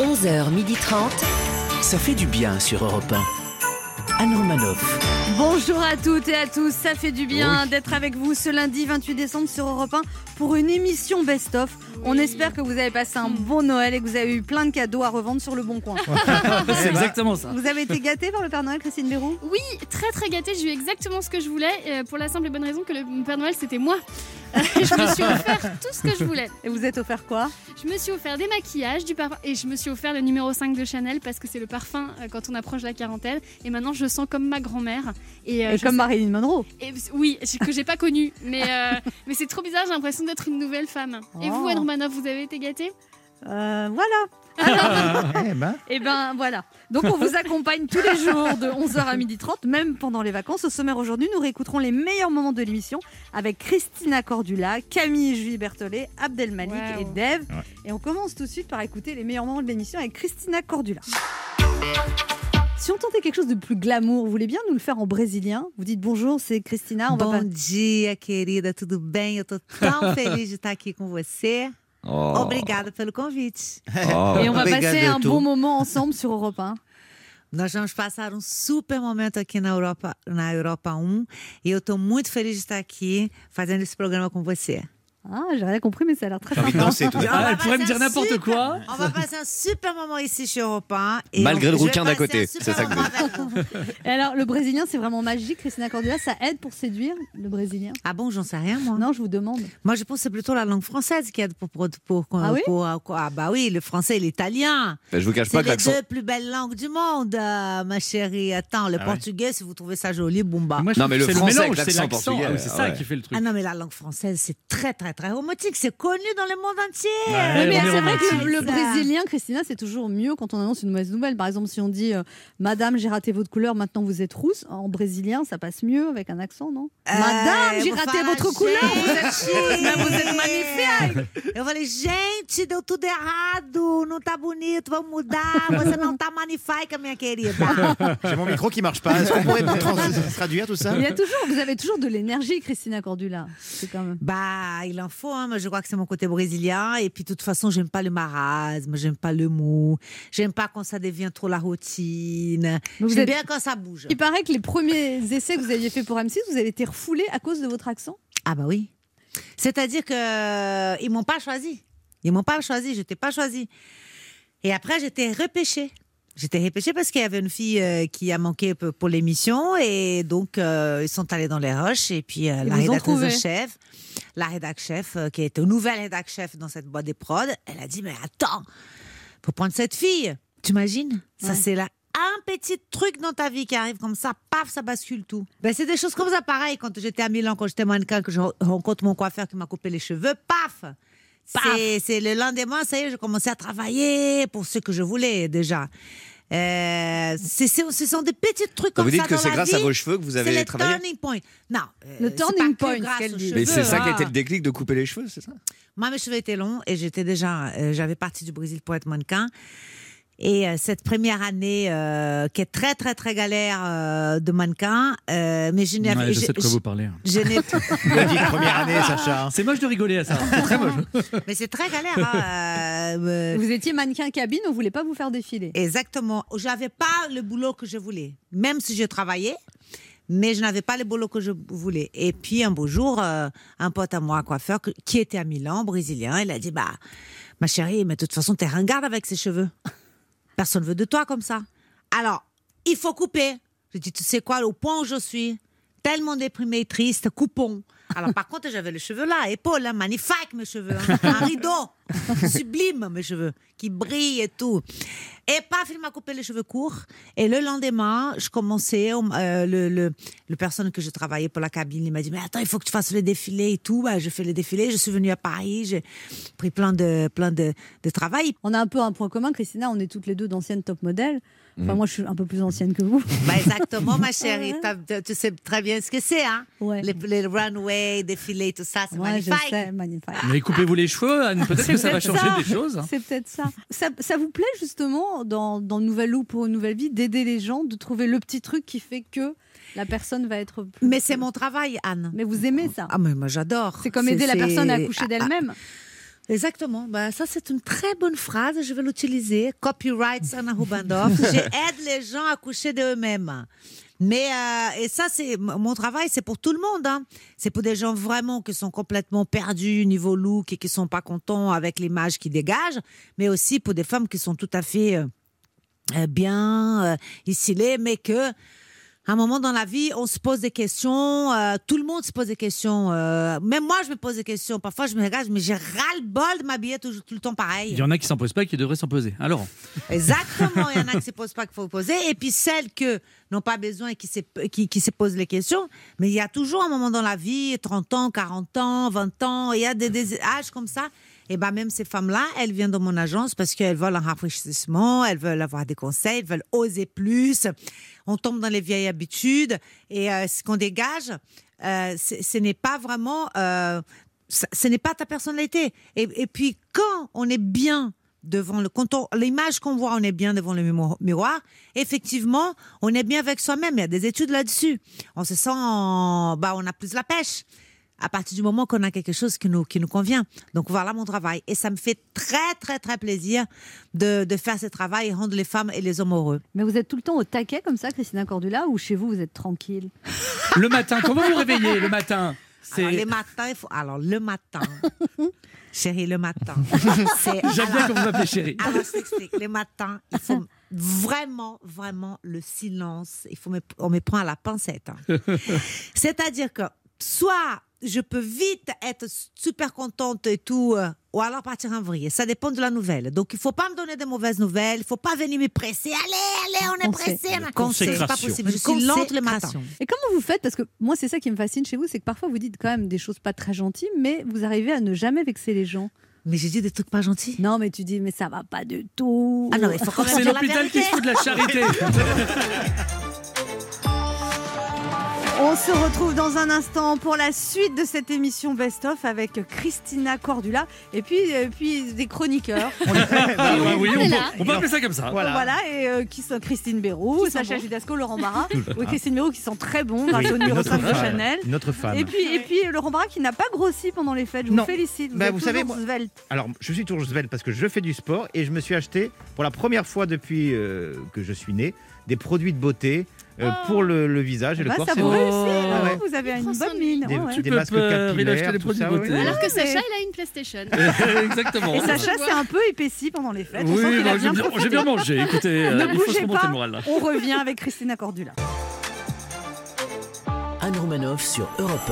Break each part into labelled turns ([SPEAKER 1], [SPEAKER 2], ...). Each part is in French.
[SPEAKER 1] 11h30.
[SPEAKER 2] Ça fait du bien sur Europe 1. Anne Romanoff.
[SPEAKER 3] Bonjour à toutes et à tous, ça fait du bien d'être avec vous ce lundi 28 décembre sur Europe 1 pour une émission best-of. On espère que vous avez passé un bon Noël et que vous avez eu plein de cadeaux à revendre sur le bon coin.
[SPEAKER 4] C'est exactement ça.
[SPEAKER 3] Vous avez été gâtée par le Père Noël, Christine Béroux
[SPEAKER 5] Oui, très très gâtée, j'ai eu exactement ce que je voulais, euh, pour la simple et bonne raison que le Père Noël c'était moi. je me suis offert tout ce que je voulais.
[SPEAKER 3] Et vous êtes offert quoi
[SPEAKER 5] Je me suis offert des maquillages, du parfum, et je me suis offert le numéro 5 de Chanel parce que c'est le parfum euh, quand on approche la quarantaine. Et maintenant je sens comme ma grand-mère. euh,
[SPEAKER 3] Et
[SPEAKER 5] je
[SPEAKER 3] comme Marilyn Monroe.
[SPEAKER 5] Et c- oui, j'ai- que j'ai pas connu, mais, euh, mais c'est trop bizarre, j'ai l'impression d'être une nouvelle femme. Et
[SPEAKER 3] Oh.
[SPEAKER 5] vous, Anne Romanoff, vous avez été gâtée
[SPEAKER 3] Euh, voilà.
[SPEAKER 6] Eh ben,
[SPEAKER 3] Et Ah, ben voilà. Donc on vous accompagne tous les jours de 11h à 12h30, même pendant les vacances. Au sommaire aujourd'hui, nous réécouterons les meilleurs moments de l'émission avec Christina Cordula, Camille Julie Berthollet, Abdel Malik
[SPEAKER 5] Wow.
[SPEAKER 3] et Dev. Et on commence tout de suite par écouter les meilleurs moments de l'émission avec Christina Cordula. Si on tentait quelque chose de plus glamour, vous voulez bien nous le faire en brésilien Vous dites bonjour, c'est Christina, on va
[SPEAKER 7] Bom
[SPEAKER 3] pas...
[SPEAKER 7] dia, querida. Tudo bem? Eu tô tão feliz de estar aqui com você. Obrigada pelo convite.
[SPEAKER 8] Oh.
[SPEAKER 3] Et on va
[SPEAKER 6] Obrigado,
[SPEAKER 3] passer un
[SPEAKER 6] tout.
[SPEAKER 3] bon moment ensemble sur Europe 1.
[SPEAKER 7] Nós vamos passar um super momento aqui na Europa, na Europa 1 e eu tô muito feliz de estar aqui fazendo esse programa com você.
[SPEAKER 3] Ah, j'ai rien compris, mais ça a l'air très
[SPEAKER 6] j'ai envie de
[SPEAKER 3] sympa.
[SPEAKER 6] danser tout de
[SPEAKER 7] Ah,
[SPEAKER 6] même.
[SPEAKER 4] Ah, elle pourrait me dire
[SPEAKER 7] bah, ça
[SPEAKER 4] n'importe
[SPEAKER 7] suffit.
[SPEAKER 4] quoi.
[SPEAKER 7] On va passer un super moment ici chez Europa 1 et
[SPEAKER 8] Malgré
[SPEAKER 7] on-
[SPEAKER 8] le
[SPEAKER 7] je vais
[SPEAKER 8] rouquin d'à
[SPEAKER 7] passer
[SPEAKER 8] côté,
[SPEAKER 7] un super
[SPEAKER 8] c'est ça que
[SPEAKER 7] moment avec vous.
[SPEAKER 3] Et alors, le brésilien, c'est vraiment magique. Christina Cordula, ça aide pour séduire le brésilien
[SPEAKER 7] Ah bon, j'en sais rien moi.
[SPEAKER 3] Non, je vous demande.
[SPEAKER 7] Moi, je pense que c'est plutôt la langue française qui aide pour pour pour,
[SPEAKER 3] Ah oui
[SPEAKER 7] pour- ah bah oui, le français et l'italien.
[SPEAKER 8] Ben, je vous cache
[SPEAKER 7] C'est
[SPEAKER 8] pas que
[SPEAKER 7] les
[SPEAKER 8] l'accent.
[SPEAKER 7] deux plus belles langues du monde, euh, ma chérie. Attends, le
[SPEAKER 6] Ah ouais.
[SPEAKER 7] portugais, si vous trouvez ça joli, boumba.
[SPEAKER 4] Moi, je
[SPEAKER 8] Non,
[SPEAKER 4] trouve
[SPEAKER 8] mais
[SPEAKER 4] que
[SPEAKER 8] le
[SPEAKER 4] c'est
[SPEAKER 8] français avec
[SPEAKER 4] mélange, c'est
[SPEAKER 8] l'accent portugais, euh,
[SPEAKER 4] Ah oui, C'est ça
[SPEAKER 8] ouais.
[SPEAKER 4] qui fait le truc.
[SPEAKER 7] Ah non, mais la langue française, c'est très, très, très romantique. C'est connu dans le monde entier.
[SPEAKER 4] Ouais,
[SPEAKER 7] Euh,
[SPEAKER 3] Oui, mais
[SPEAKER 4] on est
[SPEAKER 3] c'est vrai
[SPEAKER 4] romantique.
[SPEAKER 3] que le, le
[SPEAKER 7] Ça.
[SPEAKER 3] brésilien, Christina, c'est toujours mieux quand on annonce une mauvaise nouvelle. Par exemple, si on dit euh, Madame, j'ai raté votre couleur, maintenant vous êtes rousse. En brésilien, ça passe mieux avec un accent, non
[SPEAKER 7] Euh, Ah,
[SPEAKER 3] Madame, j'ai raté votre couleur. Vous êtes
[SPEAKER 7] rousse,
[SPEAKER 3] mais vous êtes magnifique.
[SPEAKER 7] Eu falei, gente, deu tudo errado, não tá bonito, vamos mudar, você não tá magnifique, minha querida.
[SPEAKER 6] J'ai mon micro qui marche pas. Est-ce qu'on pourrait pas trans- traduire tout ça
[SPEAKER 3] Il y a toujours, vous avez toujours de l'énergie, Christina Cordula. C'est quand même.
[SPEAKER 7] Bah, il en faut, hein. Moi, je crois que c'est mon côté brésilien. Et puis, de toute façon, j'aime pas le marasme, j'aime pas le mou, j'aime pas quand ça devient trop la routine.
[SPEAKER 3] Donc, vous
[SPEAKER 7] J'aime
[SPEAKER 3] êtes-
[SPEAKER 7] bien quand ça bouge.
[SPEAKER 3] Il paraît que les premiers essais que vous aviez fait pour M6, vous avez été refoulé à cause de votre accent.
[SPEAKER 7] Ah bah oui. C'est-à-dire que euh, ils m'ont pas choisi. Ils m'ont pas choisi, je t'ai pas choisi. Et après j'étais repêchée. J'étais repêchée parce qu'il y avait une fille euh, qui a manqué p- pour l'émission et donc euh, ils sont allés dans les roches et puis euh, la
[SPEAKER 3] Ils vous ont
[SPEAKER 7] rédactrice
[SPEAKER 3] trouvé.
[SPEAKER 7] en chef, la rédac chef euh, qui était nouvelle rédac chef dans cette boîte des prod, elle a dit mais attends, faut prendre cette fille. T'imagines
[SPEAKER 3] Ouais.
[SPEAKER 7] Ça c'est là un petit truc dans ta vie qui arrive comme ça, paf, ça bascule tout. Ben, c'est des choses comme ça, pareil, quand j'étais à Milan, quand j'étais mannequin, que je re- rencontre mon coiffeur qui m'a coupé les cheveux, paf C'est- C'est le lendemain, ça y est, je commençais à travailler pour ce que je voulais déjà. Euh, c'est- c'est- ce sont des petits trucs comme
[SPEAKER 8] Vous
[SPEAKER 7] ça
[SPEAKER 8] dites que
[SPEAKER 7] dans
[SPEAKER 8] c'est
[SPEAKER 7] la
[SPEAKER 8] grâce
[SPEAKER 7] vie.
[SPEAKER 8] à vos cheveux que vous
[SPEAKER 7] C'est
[SPEAKER 8] avez
[SPEAKER 7] le
[SPEAKER 8] travaillé
[SPEAKER 7] turning point. Non, euh,
[SPEAKER 3] Le
[SPEAKER 7] c'est pas
[SPEAKER 3] turning
[SPEAKER 7] que
[SPEAKER 3] point,
[SPEAKER 7] grâce
[SPEAKER 3] qu'elle
[SPEAKER 7] aux
[SPEAKER 3] dit.
[SPEAKER 8] Mais
[SPEAKER 7] cheveux,
[SPEAKER 8] c'est ça qui a
[SPEAKER 7] hein.
[SPEAKER 8] été le déclic de couper les cheveux, c'est ça
[SPEAKER 7] Moi, mes cheveux étaient longs et j'étais déjà, euh, j'avais parti du Brésil pour être mannequin. Et euh, cette première année euh, qui est très très très galère euh, de mannequin, euh, mais je n'ai
[SPEAKER 4] Ouais, je
[SPEAKER 7] je-
[SPEAKER 4] sais de quoi
[SPEAKER 7] je-
[SPEAKER 4] vous parlez. hein.
[SPEAKER 7] je n'ai-
[SPEAKER 6] Il a dit première année, Sacha.
[SPEAKER 4] C'est moche de rigoler à ça. C'est très moche.
[SPEAKER 7] mais c'est très galère. hein, euh, euh,
[SPEAKER 3] Vous étiez mannequin cabine, on voulait pas vous faire défiler.
[SPEAKER 7] exactement. J'avais pas le boulot que je voulais, même si je travaillais. Mais je n'avais pas le boulot que je voulais. Et puis un beau jour, euh, un pote à moi, un coiffeur, que- qui était à Milan, brésilien, il a dit Bah, ma chérie, mais de toute façon, t'es ringarde avec ces cheveux. Personne veut de toi comme ça. Alors, il faut couper. Je dis, tu sais quoi, au point où je suis, tellement déprimée et triste, coupons. Alors, par contre, j'avais les cheveux là, épaules, hein, magnifique mes cheveux, hein, un rideau, sublime mes cheveux, qui brillent et tout. Et paf, il m'a coupé les cheveux courts. Et le lendemain, je commençais, on m'a- euh, le, le, le personne que je travaillais pour la cabine, il m'a dit, mais attends, il faut que tu fasses le défilé et tout. Bah, je fais le défilé, je suis venue à Paris, j'ai pris plein de, plein de, de travail.
[SPEAKER 3] On a un peu un point commun, Christina, on est toutes les deux d'anciennes top modèles. Enfin,
[SPEAKER 4] Mhm.
[SPEAKER 3] moi, je suis un peu plus ancienne que vous.
[SPEAKER 7] Bah, exactement, ma chérie. T'as- t'as- Tu sais très bien ce que c'est, hein
[SPEAKER 3] Ouais.
[SPEAKER 7] les, les runways, défilés, tout ça, c'est
[SPEAKER 3] Ouais, je
[SPEAKER 7] magnifique.
[SPEAKER 3] sais, magnifique.
[SPEAKER 4] Mais coupez-vous les cheveux, Anne. Peut-être que ça va changer des choses. hein.
[SPEAKER 3] C'est peut-être ça. ça. ça vous plaît justement dans, dans Nouvelle Loup pour une nouvelle vie d'aider les gens, de trouver le petit truc qui fait que la personne va être plus.
[SPEAKER 7] Mais c'est mon travail, Anne.
[SPEAKER 4] Mmh.
[SPEAKER 3] Mais vous aimez ça.
[SPEAKER 7] Ah, mais moi j'adore.
[SPEAKER 3] C'est comme aider la
[SPEAKER 7] c'est-
[SPEAKER 3] personne à coucher
[SPEAKER 7] Ah,
[SPEAKER 3] d'elle-même.
[SPEAKER 7] ah, Exactement. Ben, ça, c'est une très bonne phrase. Je vais l'utiliser. Copyright Anna Rubandorf. J'aide les gens à coucher d'eux-mêmes. Mais euh, et ça, c'est m- mon travail, c'est pour tout le monde. hein. C'est pour des gens vraiment qui sont complètement perdus niveau look et qui sont pas contents avec l'image qui dégage, mais aussi pour des femmes qui sont tout à fait euh, euh, bien euh, isolées, mais que à un moment dans la vie, on se pose des questions. euh, tout le monde se pose des questions. euh, même moi, je me pose des questions. Parfois, je me regarde, mais j'ai ras-le-bol de m'habiller tout, tout le temps pareil.
[SPEAKER 4] Il y en a qui s'en posent pas, qui devraient s'en poser. Ah, Alors,
[SPEAKER 7] Exactement, il y en a qui ne se posent pas qu'il faut poser. Et puis celles que n'ont pas besoin et qui se, qui, qui se posent les questions. Mais il y a toujours un moment dans la vie, 30 ans, 40 ans, 20 ans, il y a des, des âges comme ça. Et ben même ces femmes-là, elles viennent dans mon agence parce qu'elles veulent un rafraîchissement, elles veulent avoir des conseils, elles veulent oser plus. On tombe dans les vieilles habitudes et euh, ce qu'on dégage, euh, c'est- ce n'est pas vraiment, euh, ce ce n'est pas ta personnalité. Et, et puis quand on est bien devant le quand on- l'image qu'on voit, on est bien devant le mimo- miroir. Effectivement, on est bien avec soi-même. Il y a des études là-dessus. On se sent, bah, on a plus la pêche à partir du moment qu'on a quelque chose qui nous, qui nous convient. Donc voilà mon travail. Et ça me fait très, très, très plaisir de, de faire ce travail et rendre les femmes et les hommes heureux.
[SPEAKER 3] Mais vous êtes tout le temps au taquet comme ça, Christina Cordula, ou chez vous, vous êtes tranquille
[SPEAKER 4] le matin, comment vous réveillez le matin
[SPEAKER 7] Alors,
[SPEAKER 4] C'est.
[SPEAKER 7] les matins, il faut... Alors, le matin. Chérie, le matin. C'est-
[SPEAKER 4] J'aime bien quand vous m'appelez chérie.
[SPEAKER 7] Alors, je t'explique. Les matins, il faut vraiment, vraiment le silence. Il faut me- on me prend à la pincette. hein. C'est-à-dire que soit je peux vite être super contente et tout, euh, ou alors partir en vrille. Ça dépend de la nouvelle. Donc, il faut pas me donner de mauvaises nouvelles. Il faut pas venir me presser. Allez, allez, Ah, on est
[SPEAKER 3] On sait.
[SPEAKER 7] pressé. ma- C'est pas possible. Je suis lente le matin.
[SPEAKER 3] Et comment vous faites Parce que moi, c'est ça qui me fascine chez vous, c'est que parfois vous dites quand même des choses pas très gentilles, mais vous arrivez à ne jamais vexer les gens.
[SPEAKER 7] Mais j'ai dit des trucs pas gentils.
[SPEAKER 3] Non, mais tu dis, mais ça va pas du tout.
[SPEAKER 7] Ah non, il faut quand même
[SPEAKER 4] C'est
[SPEAKER 7] dire la
[SPEAKER 4] l'hôpital qui
[SPEAKER 7] vérité.
[SPEAKER 4] se fout de la charité.
[SPEAKER 3] On se retrouve dans un instant pour la suite de cette émission Best of avec Christina Cordula et puis, euh, puis des chroniqueurs.
[SPEAKER 4] Ah ouais, oui,
[SPEAKER 5] On
[SPEAKER 4] on,
[SPEAKER 5] est
[SPEAKER 4] peut,
[SPEAKER 5] là.
[SPEAKER 4] on peut appeler ça comme ça.
[SPEAKER 3] Voilà, et euh, qui sont Christine Béroux,
[SPEAKER 5] Qui sont
[SPEAKER 3] Sacha
[SPEAKER 5] bons.
[SPEAKER 3] Judasco, Laurent Barra. Oui, Christine Béroux qui sont très bons grâce au numéro 5 de Chanel.
[SPEAKER 6] Notre femme.
[SPEAKER 3] Et puis, et puis euh, Laurent Barra qui n'a pas grossi pendant les fêtes. Je vous
[SPEAKER 6] Non.
[SPEAKER 3] félicite. Vous,
[SPEAKER 6] Bah,
[SPEAKER 3] êtes
[SPEAKER 6] vous savez,
[SPEAKER 3] toujours
[SPEAKER 6] moi-
[SPEAKER 3] svelte.
[SPEAKER 6] Alors, je suis toujours svelte parce que je fais du sport et je me suis acheté, pour la première fois depuis euh, que je suis né, des produits de beauté euh,
[SPEAKER 5] Oh.
[SPEAKER 6] pour le, le visage et le
[SPEAKER 3] Bah,
[SPEAKER 6] corps.
[SPEAKER 3] ça
[SPEAKER 6] C'est
[SPEAKER 3] vous
[SPEAKER 4] beau.
[SPEAKER 3] réussit.
[SPEAKER 4] Ah
[SPEAKER 3] ouais,
[SPEAKER 6] ouais.
[SPEAKER 3] Vous avez
[SPEAKER 5] Il
[SPEAKER 3] une
[SPEAKER 5] prend
[SPEAKER 3] bonne
[SPEAKER 5] son mine.
[SPEAKER 3] mille.
[SPEAKER 6] Des-
[SPEAKER 3] ouais.
[SPEAKER 4] Tu
[SPEAKER 6] Des
[SPEAKER 4] peux
[SPEAKER 6] masques
[SPEAKER 4] euh, il
[SPEAKER 6] capillaires,
[SPEAKER 4] acheter des
[SPEAKER 6] tout
[SPEAKER 4] produits
[SPEAKER 6] ça,
[SPEAKER 4] beauté.
[SPEAKER 6] ouais.
[SPEAKER 5] Alors que
[SPEAKER 3] mais-
[SPEAKER 5] Sacha, il a une PlayStation.
[SPEAKER 4] Exactement.
[SPEAKER 3] Et Sacha s'est un peu épaissi pendant les fêtes. On sent
[SPEAKER 4] Oui,
[SPEAKER 3] qu'il a
[SPEAKER 4] bah, j'ai
[SPEAKER 3] bien
[SPEAKER 4] bien,
[SPEAKER 3] profité.
[SPEAKER 4] j'ai bien mangé. Écoutez, euh,
[SPEAKER 3] Ne
[SPEAKER 4] il faut se
[SPEAKER 3] bougez
[SPEAKER 4] remonter
[SPEAKER 3] pas.
[SPEAKER 4] le moral. là.
[SPEAKER 3] On revient avec Christina Cordula.
[SPEAKER 2] Anne Romanoff sur Europe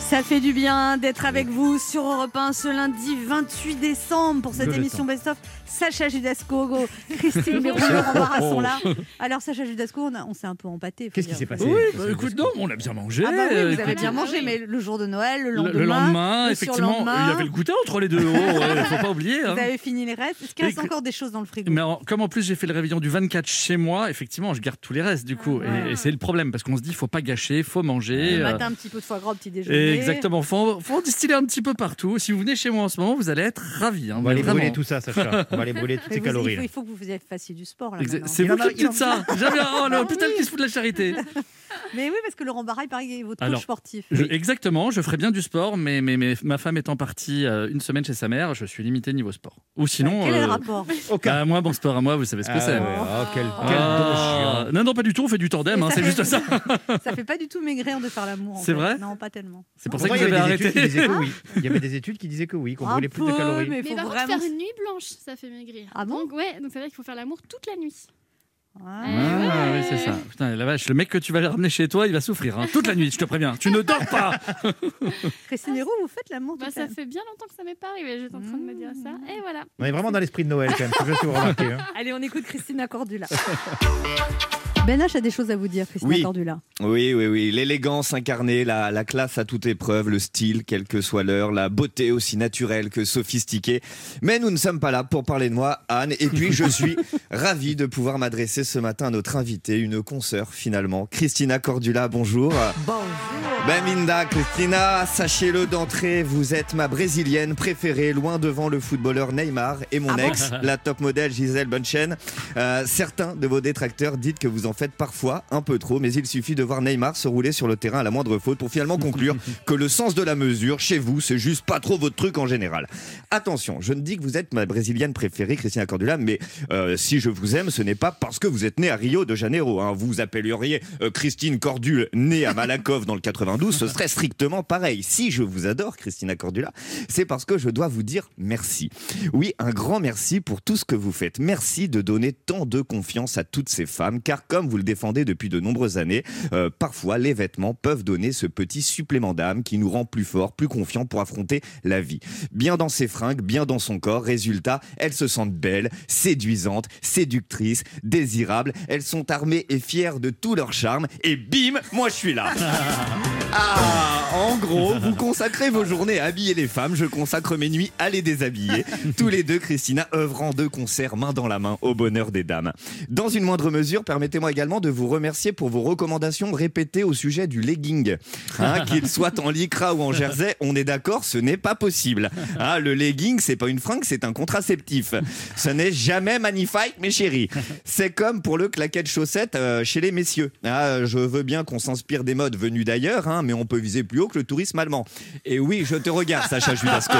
[SPEAKER 3] Ça fait du bien d'être avec vous sur Europe 1 ce lundi 28 décembre pour cette
[SPEAKER 6] Que le
[SPEAKER 3] émission Best of. Sacha Judasco, Go, Christine Béroux, Laurent Barra sont là.
[SPEAKER 4] Oh.
[SPEAKER 3] Alors Sacha Judasco, on, a- on s'est un peu empâté. faut
[SPEAKER 6] Qu'est-ce qui
[SPEAKER 3] dire.
[SPEAKER 6] s'est passé
[SPEAKER 4] Oui, bah, écoute, non, on a bien mangé.
[SPEAKER 3] Ah bah oui, vous
[SPEAKER 4] écoute,
[SPEAKER 3] avez bien
[SPEAKER 5] Ah
[SPEAKER 3] mangé,
[SPEAKER 5] oui.
[SPEAKER 3] mais le jour de Noël, le
[SPEAKER 4] le-
[SPEAKER 3] lendemain,
[SPEAKER 4] le lendemain,
[SPEAKER 3] le
[SPEAKER 4] effectivement,
[SPEAKER 3] surlendemain,
[SPEAKER 4] il y avait le goûter entre les deux. Oh, ouais, faut pas oublier. hein.
[SPEAKER 3] vous avez fini les restes. Est-ce qu'il reste
[SPEAKER 4] Et que-
[SPEAKER 3] encore des choses dans le frigo
[SPEAKER 4] Mais en- comme en plus j'ai fait le réveillon du 24 chez moi, effectivement, je garde tous les restes du coup.
[SPEAKER 5] Ah ouais.
[SPEAKER 4] Et, et c'est le problème parce qu'on se dit faut pas gâcher, faut manger.
[SPEAKER 3] Le
[SPEAKER 4] euh,
[SPEAKER 3] matin, un petit peu de foie gras, au petit déjeuner.
[SPEAKER 4] et exactement, faut, faut en distiller un petit peu partout. Si vous venez chez moi en ce moment, vous allez être ravis. hein,
[SPEAKER 6] On va aller
[SPEAKER 4] mais vraiment.
[SPEAKER 6] brûler tout ça, Sacha. On va aller brûler toutes
[SPEAKER 3] Mais
[SPEAKER 6] ces
[SPEAKER 3] vous-
[SPEAKER 6] calories.
[SPEAKER 3] il, faut,
[SPEAKER 6] là.
[SPEAKER 3] il faut que vous fassiez du sport là.
[SPEAKER 4] Exa-
[SPEAKER 3] maintenant.
[SPEAKER 4] C'est
[SPEAKER 6] Il en
[SPEAKER 4] vous
[SPEAKER 6] a-
[SPEAKER 4] qui
[SPEAKER 6] il en
[SPEAKER 4] dites ça. J'aime bien. Oh,
[SPEAKER 3] Ah
[SPEAKER 4] l'hôpital qui se fout de la charité.
[SPEAKER 3] Mais oui, parce que Laurent Barra, il paraît qu'il est votre
[SPEAKER 4] Alors,
[SPEAKER 3] coach sportif.
[SPEAKER 4] Je- exactement, je ferais bien du sport, mais, mais, mais ma femme étant partie euh, une semaine chez sa mère, je suis limité niveau sport. Ou sinon.
[SPEAKER 3] Quel est
[SPEAKER 4] euh,
[SPEAKER 3] le rapport
[SPEAKER 6] Aucun.
[SPEAKER 4] bah, moi, bon sport à moi, vous savez ce que
[SPEAKER 6] Ah
[SPEAKER 4] c'est.
[SPEAKER 6] ouais, oh, quel, quel
[SPEAKER 4] Ah, non, non, pas du tout, on fait du tandem,
[SPEAKER 3] Mais
[SPEAKER 4] hein,
[SPEAKER 3] ça
[SPEAKER 4] c'est
[SPEAKER 3] fait-
[SPEAKER 4] juste ça.
[SPEAKER 3] Ça fait pas du tout maigrir de faire l'amour. en
[SPEAKER 4] C'est
[SPEAKER 3] fait.
[SPEAKER 4] vrai
[SPEAKER 3] Non, pas tellement.
[SPEAKER 4] C'est pour ça
[SPEAKER 6] Pourtant,
[SPEAKER 4] que
[SPEAKER 6] il
[SPEAKER 4] vous
[SPEAKER 6] y
[SPEAKER 4] avez
[SPEAKER 6] avait des études qui
[SPEAKER 4] arrêté.
[SPEAKER 6] disaient que oui. Il y avait des études qui disaient que oui, qu'on
[SPEAKER 3] Ah. Un
[SPEAKER 6] brûlait plus de
[SPEAKER 3] peu,
[SPEAKER 6] calories.
[SPEAKER 3] Mais
[SPEAKER 5] Mais
[SPEAKER 3] faut
[SPEAKER 5] par contre,
[SPEAKER 3] vraiment.
[SPEAKER 5] faire une nuit blanche, ça fait maigrir.
[SPEAKER 3] Ah bon
[SPEAKER 5] Donc, ouais, donc ça veut dire qu'il faut faire l'amour toute la nuit.
[SPEAKER 3] Ouais.
[SPEAKER 4] Ah, oui, c'est ça. Putain, la vache, le mec que tu vas ramener chez toi, il va souffrir hein, toute la nuit, je te préviens. Tu ne dors pas
[SPEAKER 3] Christine Héroux, vous faites l'amour
[SPEAKER 5] Bah,
[SPEAKER 3] toute
[SPEAKER 5] ça
[SPEAKER 3] la-
[SPEAKER 5] fait bien longtemps que ça m'est pas arrivé, j'étais en train de me dire ça.
[SPEAKER 3] Mmh.
[SPEAKER 5] Et voilà.
[SPEAKER 6] On est vraiment dans l'esprit de Noël quand même. Je sais pas si vous remarquez. hein.
[SPEAKER 3] Allez, on écoute Christine Cordula. Ben H a des choses à vous dire, Christine
[SPEAKER 8] Oui.
[SPEAKER 3] Cordula.
[SPEAKER 8] Oui, oui, oui. L'élégance incarnée, la, la classe à toute épreuve, le style, quelle que soit l'heure, la beauté aussi naturelle que sophistiquée. Mais nous ne sommes pas là pour parler de moi, Anne. Et puis, je suis ravi de pouvoir m'adresser ce matin à notre invitée, une consoeur finalement, Christina Cordula. Bonjour.
[SPEAKER 7] Bonjour.
[SPEAKER 8] Ben Minda, Christina, sachez-le d'entrée, vous êtes ma brésilienne préférée, loin devant le footballeur Neymar et mon ex, la top modèle Gisèle Bunchen. Euh, certains de vos détracteurs dites que vous en fait parfois un peu trop, mais il suffit de voir Neymar se rouler sur le terrain à la moindre faute pour finalement conclure que le sens de la mesure, chez vous, c'est juste pas trop votre truc en général. Attention, je ne dis que vous êtes ma brésilienne préférée, Christina Cordula, mais euh, si je vous aime, ce n'est pas parce que vous êtes né à Rio de Janeiro. Hein. Vous vous appelleriez euh, Christine Cordule, née à Malakoff dans le 92, ce serait strictement pareil. Si je vous adore, Christina Cordula, c'est parce que je dois vous dire merci. Oui, un grand merci pour tout ce que vous faites. Merci de donner tant de confiance à toutes ces femmes, car comme vous le défendez depuis de nombreuses années, euh, parfois les vêtements peuvent donner ce petit supplément d'âme qui nous rend plus forts, plus confiants pour affronter la vie. Bien dans ses fringues, bien dans son corps, résultat, elles se sentent belles, séduisantes, séductrices, désirables, elles sont armées et fières de tout leur charme, et bim, moi je suis là. Ah, en gros, vous consacrez vos journées à habiller les femmes, je consacre mes nuits à les déshabiller. Tous les deux, Christina œuvre en deux concerts main dans la main au bonheur des dames. Dans une moindre mesure, permettez-moi également de vous remercier pour vos recommandations répétées au sujet du legging. Hein, Qu'il soit en lycra ou en jersey, on est d'accord, ce n'est pas possible. Ah, le legging, c'est pas une fringue, c'est un contraceptif. Ce n'est jamais magnifique, mes chéris. C'est comme pour le claquet de chaussettes euh, chez les messieurs. Ah, je veux bien qu'on s'inspire des modes venues d'ailleurs, hein, mais on peut viser plus haut que le tourisme allemand. Et oui, je te regarde, Sacha Judasco.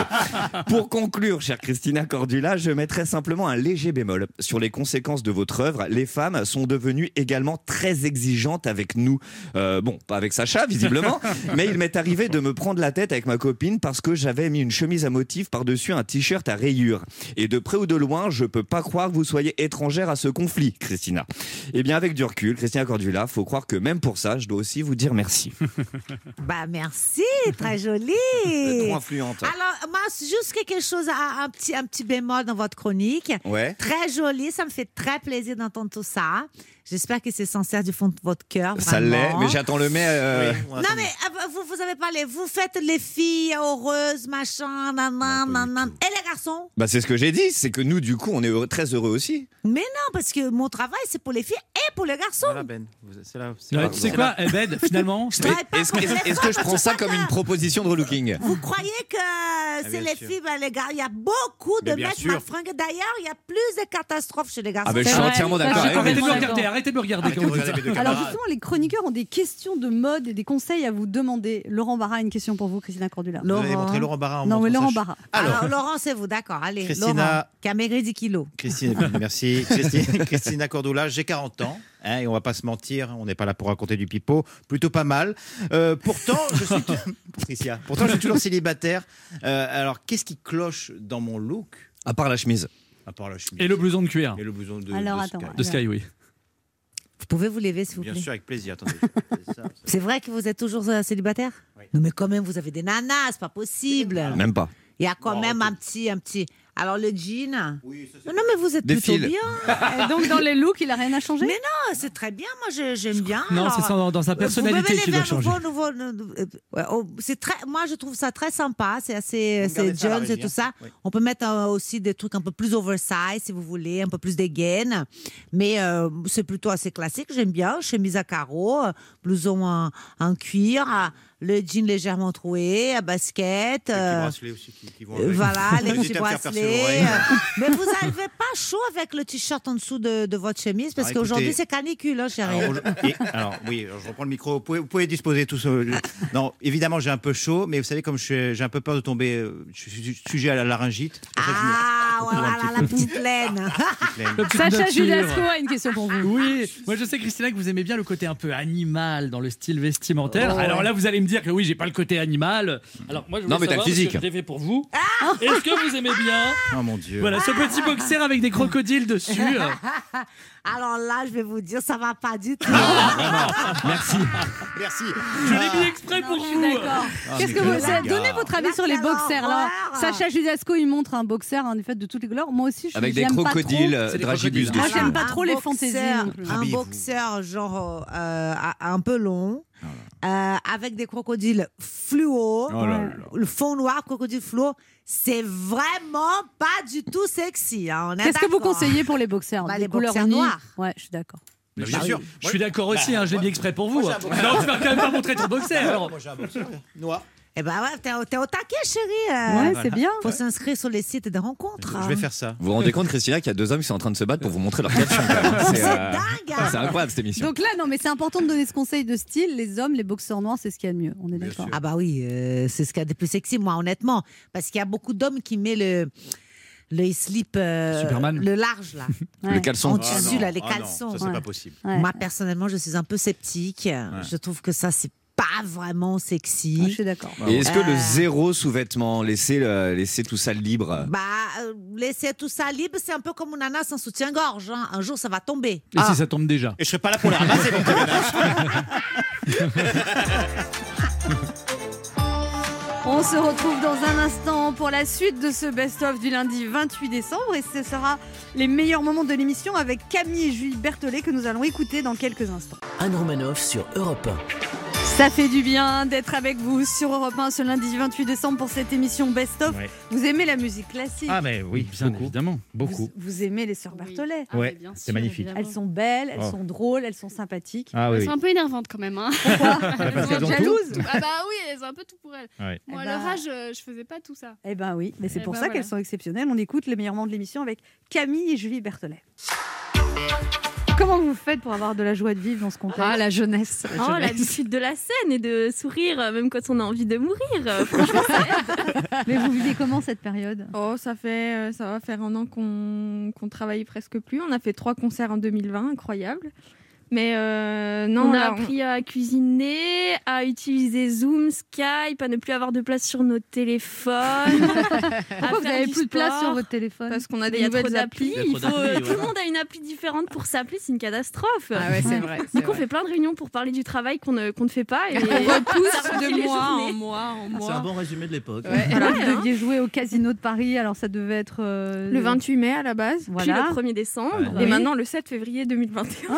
[SPEAKER 8] Pour conclure, chère Christina Cordula, je mettrai simplement un léger bémol sur les conséquences de votre œuvre. Les femmes sont devenues également très exigeantes avec nous. Euh, bon, pas avec Sacha, visiblement, mais il m'est arrivé de me prendre la tête avec ma copine parce que j'avais mis une chemise à motifs par-dessus un t-shirt à rayures. Et de près ou de loin, je peux pas croire que vous soyez étrangère à ce conflit, Christina. Eh bien, avec du recul, Christina Cordula, faut croire que même pour ça, je dois aussi vous dire merci.
[SPEAKER 7] Bah merci, très jolie.
[SPEAKER 8] Trop influente.
[SPEAKER 7] Alors, moi, c'est juste quelque chose, à- un petit, un petit bémol dans votre chronique.
[SPEAKER 8] Ouais.
[SPEAKER 7] Très jolie, ça me fait très plaisir d'entendre tout ça. J'espère que c'est sincère du fond de votre cœur.
[SPEAKER 8] Ça l'est,
[SPEAKER 7] vraiment.
[SPEAKER 8] mais j'attends le mai. euh,
[SPEAKER 7] Non, mais euh, vous, vous avez parlé, vous faites les filles heureuses, machin, nanan, nanan. Et les garçons
[SPEAKER 8] Bah, c'est ce que j'ai dit, c'est que nous, du coup, on est heureux- très heureux aussi.
[SPEAKER 7] Mais non, parce que mon travail, c'est pour les filles et pour les garçons.
[SPEAKER 1] Voilà, Ben. Vous- C'est là. c'est là-
[SPEAKER 9] tu sais
[SPEAKER 1] c'est
[SPEAKER 9] quoi,
[SPEAKER 1] là.
[SPEAKER 9] eh Ben, finalement,
[SPEAKER 7] Je travaille pas
[SPEAKER 8] Est-ce
[SPEAKER 7] pour
[SPEAKER 8] que,
[SPEAKER 7] les
[SPEAKER 8] est-ce- est-ce que je prends ça comme une proposition de relooking
[SPEAKER 7] Vous croyez que euh, c'est
[SPEAKER 1] Ah, bien
[SPEAKER 7] les
[SPEAKER 1] sûr.
[SPEAKER 7] filles, ben, les gars, il y a beaucoup de
[SPEAKER 1] Mais bien
[SPEAKER 7] mecs
[SPEAKER 1] sûr. ben,
[SPEAKER 7] malfringues. D'ailleurs, il y a plus de catastrophes chez les garçons.
[SPEAKER 8] Ah, bah, je
[SPEAKER 5] C'est
[SPEAKER 8] suis
[SPEAKER 5] vrai,
[SPEAKER 8] entièrement
[SPEAKER 5] ça,
[SPEAKER 8] d'accord
[SPEAKER 5] j'ai
[SPEAKER 8] avec
[SPEAKER 9] arrêtez de
[SPEAKER 5] vous.
[SPEAKER 9] me regarder, arrêtez de me regarder.
[SPEAKER 1] Arrêtez de
[SPEAKER 9] comme vous
[SPEAKER 1] regarder mes deux
[SPEAKER 3] Alors
[SPEAKER 1] camarades.
[SPEAKER 3] justement, les chroniqueurs ont des questions de mode et des conseils à vous demander. Laurent Barra, une question pour vous, Christina Cordula.
[SPEAKER 7] Laurent.
[SPEAKER 1] Vous allez montrer Laurent Barra en
[SPEAKER 3] non, mais
[SPEAKER 1] montrant
[SPEAKER 3] Laurent
[SPEAKER 1] sa-
[SPEAKER 3] Barra.
[SPEAKER 1] Alors,
[SPEAKER 7] Alors, Laurent, c'est vous, d'accord. Allez,
[SPEAKER 1] Christina-
[SPEAKER 7] Laurent, qui a maigri 10 kilos.
[SPEAKER 1] Christine, merci. Christine, Christina Cordula, j'ai 40 ans. hein, et on va pas se mentir, on n'est pas là pour raconter du pipeau, plutôt pas mal. Euh, pourtant, je suis Patricia, pourtant je suis toujours célibataire. Euh, alors qu'est-ce qui cloche dans mon look
[SPEAKER 8] À part la chemise.
[SPEAKER 1] à part la chemise
[SPEAKER 9] Et le blouson de cuir
[SPEAKER 1] et le blouson de,
[SPEAKER 3] Alors,
[SPEAKER 1] de
[SPEAKER 3] attends. euh,
[SPEAKER 1] Sky
[SPEAKER 9] de Sky, oui.
[SPEAKER 7] Vous pouvez vous lever, s'il vous
[SPEAKER 1] Bien
[SPEAKER 7] plaît
[SPEAKER 1] sûr, avec plaisir. Attendez, c'est ça, c'est-
[SPEAKER 7] C'est vrai que vous êtes toujours euh, célibataire
[SPEAKER 1] Oui.
[SPEAKER 7] Non, mais quand même, vous avez des nanas, c'est pas possible.
[SPEAKER 8] Même pas.
[SPEAKER 7] Il y a quand
[SPEAKER 1] Bon,
[SPEAKER 7] même
[SPEAKER 1] ok.
[SPEAKER 7] un petit, un petit. Alors, le jean.
[SPEAKER 1] Oui, ça, c'est-
[SPEAKER 7] Non, non, mais vous êtes
[SPEAKER 8] Des
[SPEAKER 7] plutôt
[SPEAKER 8] fils.
[SPEAKER 7] bien.
[SPEAKER 3] Et donc dans les looks, il a rien à changer
[SPEAKER 7] Mais Ah, c'est très bien. Moi, je- j'aime bien.
[SPEAKER 9] Non,
[SPEAKER 7] Alors,
[SPEAKER 9] c'est dans, dans sa
[SPEAKER 7] vous
[SPEAKER 9] personnalité
[SPEAKER 7] pouvez
[SPEAKER 9] qu'il
[SPEAKER 7] lever
[SPEAKER 9] doit
[SPEAKER 7] un
[SPEAKER 9] changer.
[SPEAKER 7] nouveau- nouveau- nouveau- euh, ouais, oh, c'est très, moi, je trouve ça très sympa. C'est assez, euh,
[SPEAKER 1] Vous gardez
[SPEAKER 7] c'est
[SPEAKER 1] ça à la
[SPEAKER 7] jeans et
[SPEAKER 1] rivière.
[SPEAKER 7] tout ça.
[SPEAKER 1] Oui.
[SPEAKER 7] On peut mettre euh, aussi des trucs un peu plus oversize, si vous voulez, un peu plus des gaines. Mais euh, c'est plutôt assez classique. J'aime bien. Chemise à carreaux, euh, blouson en, en cuir, euh, le jean légèrement troué, euh, basket.
[SPEAKER 1] Quelques
[SPEAKER 7] euh,
[SPEAKER 1] bracelets aussi qui- qui vont
[SPEAKER 7] euh,
[SPEAKER 1] avec.
[SPEAKER 7] Voilà, les petits
[SPEAKER 1] N'hésitez à me faire percer
[SPEAKER 7] bracelets.
[SPEAKER 1] l'oreille.
[SPEAKER 7] euh, Mais vous n'arrivez pas chaud avec le t-shirt en dessous de, de votre chemise parce
[SPEAKER 1] Ah,
[SPEAKER 7] qu'aujourd'hui
[SPEAKER 1] écoutez.
[SPEAKER 7] c'est canicule, hein, chérie.
[SPEAKER 1] Alors, aujourd'hui- et- alors, oui, alors, je reprends le micro. Vous pouvez, vous pouvez disposer tout seul. Non, évidemment, j'ai un peu chaud, mais vous savez, comme je suis- j'ai un peu peur de tomber, euh, je suis sujet à la laryngite. C'est pour ça que je me-
[SPEAKER 7] Ah,
[SPEAKER 1] je me couvre un
[SPEAKER 7] voilà, la petite laine.
[SPEAKER 9] Le petit
[SPEAKER 5] Sacha
[SPEAKER 9] nature.
[SPEAKER 5] Judasco a une question pour vous.
[SPEAKER 9] Oui, moi je sais Christina que vous aimez bien le côté un peu animal dans le style vestimentaire.
[SPEAKER 1] Oh.
[SPEAKER 9] Alors là vous allez me dire que oui j'ai pas le côté animal. Alors moi je voulais
[SPEAKER 8] Non, mais t'as
[SPEAKER 9] savoir,
[SPEAKER 8] le physique.
[SPEAKER 9] parce que je l'ai fait pour vous. Est-ce que vous aimez bien
[SPEAKER 1] Ah. Oh mon dieu.
[SPEAKER 9] voilà ce petit boxer avec des crocodiles dessus euh,
[SPEAKER 7] Alors là, je vais vous dire, ça va pas du tout.
[SPEAKER 1] Ah.
[SPEAKER 9] Merci.
[SPEAKER 1] Merci.
[SPEAKER 9] Je l'ai mis exprès pour
[SPEAKER 3] Je suis
[SPEAKER 9] vous.
[SPEAKER 3] d'accord. Qu'est-ce que vous
[SPEAKER 1] quel
[SPEAKER 3] c'est- Donnez
[SPEAKER 1] gars.
[SPEAKER 3] votre avis
[SPEAKER 7] Là,
[SPEAKER 3] sur les
[SPEAKER 7] quelle
[SPEAKER 3] boxers. Là.
[SPEAKER 7] horreur.
[SPEAKER 3] Sacha Judasco, il montre un boxer en effet de toutes les couleurs. Moi aussi, je
[SPEAKER 8] Avec
[SPEAKER 3] je
[SPEAKER 8] des
[SPEAKER 3] l'aime pas
[SPEAKER 8] crocodiles, euh,
[SPEAKER 9] C'est des
[SPEAKER 8] dragibus
[SPEAKER 9] crocodiles.
[SPEAKER 8] dessus.
[SPEAKER 3] Moi, j'aime pas
[SPEAKER 7] Un
[SPEAKER 3] trop les
[SPEAKER 7] boxeur-
[SPEAKER 3] fantaisies non plus.
[SPEAKER 7] Un
[SPEAKER 1] Habillez-vous.
[SPEAKER 7] boxeur, genre, euh, un peu long, euh, avec des crocodiles fluo,
[SPEAKER 1] Ah Oh là là.
[SPEAKER 7] le fond noir, crocodile fluo, c'est vraiment pas du tout sexy. hein, on est
[SPEAKER 3] Qu'est-ce que vous
[SPEAKER 7] d'accord.
[SPEAKER 3] conseillez pour les boxers hein,
[SPEAKER 7] Bah,
[SPEAKER 3] Des
[SPEAKER 7] les
[SPEAKER 3] couleurs
[SPEAKER 7] boxers
[SPEAKER 3] unies
[SPEAKER 7] noirs.
[SPEAKER 3] Ouais, je suis d'accord.
[SPEAKER 1] Mais bien sûr.
[SPEAKER 9] Je suis d'accord aussi, hein, je l'ai mis exprès pour vous.
[SPEAKER 1] Moi, j'ai un boxer.
[SPEAKER 9] non, tu vas quand même pas montrer ton boxer. alors.
[SPEAKER 1] Moi, j'ai un boxer noir.
[SPEAKER 7] Eh ben ouais, t'es au- t'es au taquet, chérie. euh,
[SPEAKER 3] Ouais,
[SPEAKER 1] Voilà.
[SPEAKER 3] c'est bien.
[SPEAKER 7] Faut s'inscrire sur les sites de rencontres.
[SPEAKER 1] Je vais faire ça.
[SPEAKER 8] Vous vous rendez compte, Christina, qu'il y a deux hommes qui sont en train de se battre pour vous montrer leur caption quand même. C'est euh,
[SPEAKER 7] dingue.
[SPEAKER 8] c'est incroyable cette émission.
[SPEAKER 3] Donc là, non, mais c'est important de donner ce conseil de style. Les hommes, les boxeurs noirs, c'est ce qu'il y a de mieux. On est
[SPEAKER 1] Bien
[SPEAKER 3] d'accord.
[SPEAKER 1] sûr.
[SPEAKER 7] Ah bah oui, euh, c'est ce qu'il y a de plus sexy, moi, honnêtement. Parce qu'il y a beaucoup d'hommes qui mettent le, le slip, euh,
[SPEAKER 9] Superman.
[SPEAKER 7] le large, là,
[SPEAKER 8] Le
[SPEAKER 3] Ouais.
[SPEAKER 8] caleçon.
[SPEAKER 7] en
[SPEAKER 1] Ah
[SPEAKER 7] tissu,
[SPEAKER 1] non,
[SPEAKER 7] là, les
[SPEAKER 1] ah non,
[SPEAKER 7] caleçons.
[SPEAKER 1] ça, c'est
[SPEAKER 3] Ouais.
[SPEAKER 1] pas possible.
[SPEAKER 3] Ouais.
[SPEAKER 7] Moi, personnellement, je suis un peu sceptique. Je trouve que ça, c'est pas vraiment
[SPEAKER 3] Ah, je
[SPEAKER 7] sexy.
[SPEAKER 3] suis d'accord.
[SPEAKER 8] Et est-ce que le
[SPEAKER 7] Euh.
[SPEAKER 8] zéro sous-vêtement, laisser, euh, laisser tout ça libre
[SPEAKER 7] Bah, euh, laisser tout ça libre, c'est un peu comme une ananas en soutien-gorge. hein. Un jour, ça va tomber.
[SPEAKER 9] Et si ça tombe déjà
[SPEAKER 1] Et je serai pas là pour la ramasser, mon petit bonhomme.
[SPEAKER 3] On se retrouve dans un instant pour la suite de ce best-of du lundi 28 décembre et ce sera les meilleurs moments de l'émission avec Camille et Julie Berthollet que nous allons écouter dans quelques instants.
[SPEAKER 2] Anne Romanoff sur Europe 1.
[SPEAKER 3] Ça fait du bien d'être avec vous sur Europe 1 ce lundi 28 décembre pour cette émission Best of.
[SPEAKER 6] Ouais.
[SPEAKER 3] Vous aimez la musique classique
[SPEAKER 6] Ah, mais oui,
[SPEAKER 4] Bien
[SPEAKER 6] beaucoup.
[SPEAKER 4] évidemment.
[SPEAKER 6] Beaucoup.
[SPEAKER 3] vous, vous aimez les sœurs Berthollet
[SPEAKER 5] Ah,
[SPEAKER 6] Ouais,
[SPEAKER 5] mais bien
[SPEAKER 6] c'est
[SPEAKER 5] sûr,
[SPEAKER 6] magnifique.
[SPEAKER 5] évidemment.
[SPEAKER 3] Elles sont belles, elles
[SPEAKER 6] Oh.
[SPEAKER 3] sont drôles, elles sont sympathiques.
[SPEAKER 6] Ah oui,
[SPEAKER 5] Elles
[SPEAKER 6] oui.
[SPEAKER 5] sont un peu énervantes quand même. Hein.
[SPEAKER 3] Elles
[SPEAKER 6] parce
[SPEAKER 3] sont
[SPEAKER 6] qu'elles ont
[SPEAKER 3] jalouses
[SPEAKER 5] ah bah oui, elles ont un peu tout pour elles.
[SPEAKER 6] Ouais.
[SPEAKER 5] Moi,
[SPEAKER 3] Eh
[SPEAKER 5] à
[SPEAKER 3] bah.
[SPEAKER 5] leur âge, euh, je faisais pas tout ça.
[SPEAKER 3] Eh ben oui, mais c'est
[SPEAKER 5] Eh
[SPEAKER 3] pour
[SPEAKER 5] ben
[SPEAKER 3] ça
[SPEAKER 5] voilà.
[SPEAKER 3] qu'elles sont exceptionnelles. On écoute les meilleurs moments de l'émission avec Camille et Julie Berthollet. Comment vous faites pour avoir de la joie de vivre dans ce contexte Ah, la jeunesse.
[SPEAKER 10] Oh, l'habitude de la scène et de sourire, euh, même quand on a envie de mourir. euh, franchement, ça aide.
[SPEAKER 3] Mais vous vivez comment cette période
[SPEAKER 10] Oh, ça fait, euh, ça va faire un an qu'on qu'on travaille presque plus. On a fait trois concerts en 2020, incroyable. Mais euh, non, on a appris à cuisiner, à utiliser Zoom, Skype, à ne plus avoir de place sur nos téléphones.
[SPEAKER 3] Pourquoi vous
[SPEAKER 10] faire
[SPEAKER 3] n'avez
[SPEAKER 10] du
[SPEAKER 3] plus de place
[SPEAKER 10] sport.
[SPEAKER 3] sur votre téléphone
[SPEAKER 10] Parce qu'on a
[SPEAKER 3] Il y
[SPEAKER 10] des
[SPEAKER 3] a trop
[SPEAKER 10] nouvelles applis.
[SPEAKER 4] d'applis. Il y a
[SPEAKER 10] il
[SPEAKER 4] trop
[SPEAKER 10] faut, euh,
[SPEAKER 4] d'applis,
[SPEAKER 10] Tout le
[SPEAKER 4] ouais.
[SPEAKER 10] monde a une appli différente pour s'appeler, c'est une catastrophe.
[SPEAKER 3] c'est
[SPEAKER 10] vrai. Du coup, on fait plein de réunions pour parler du travail qu'on ne, qu'on ne fait pas. Et on repousse de mois en mois en
[SPEAKER 4] Ah, bon résumé de l'époque.
[SPEAKER 3] Alors,
[SPEAKER 10] Ouais,
[SPEAKER 3] vous deviez jouer au casino de Paris, alors ça devait être. euh,
[SPEAKER 10] Le 28 mai à la base,
[SPEAKER 3] Voilà.
[SPEAKER 10] puis le 1er décembre,
[SPEAKER 3] Ouais.
[SPEAKER 10] et
[SPEAKER 3] Oui.
[SPEAKER 10] maintenant le 7 février 2021.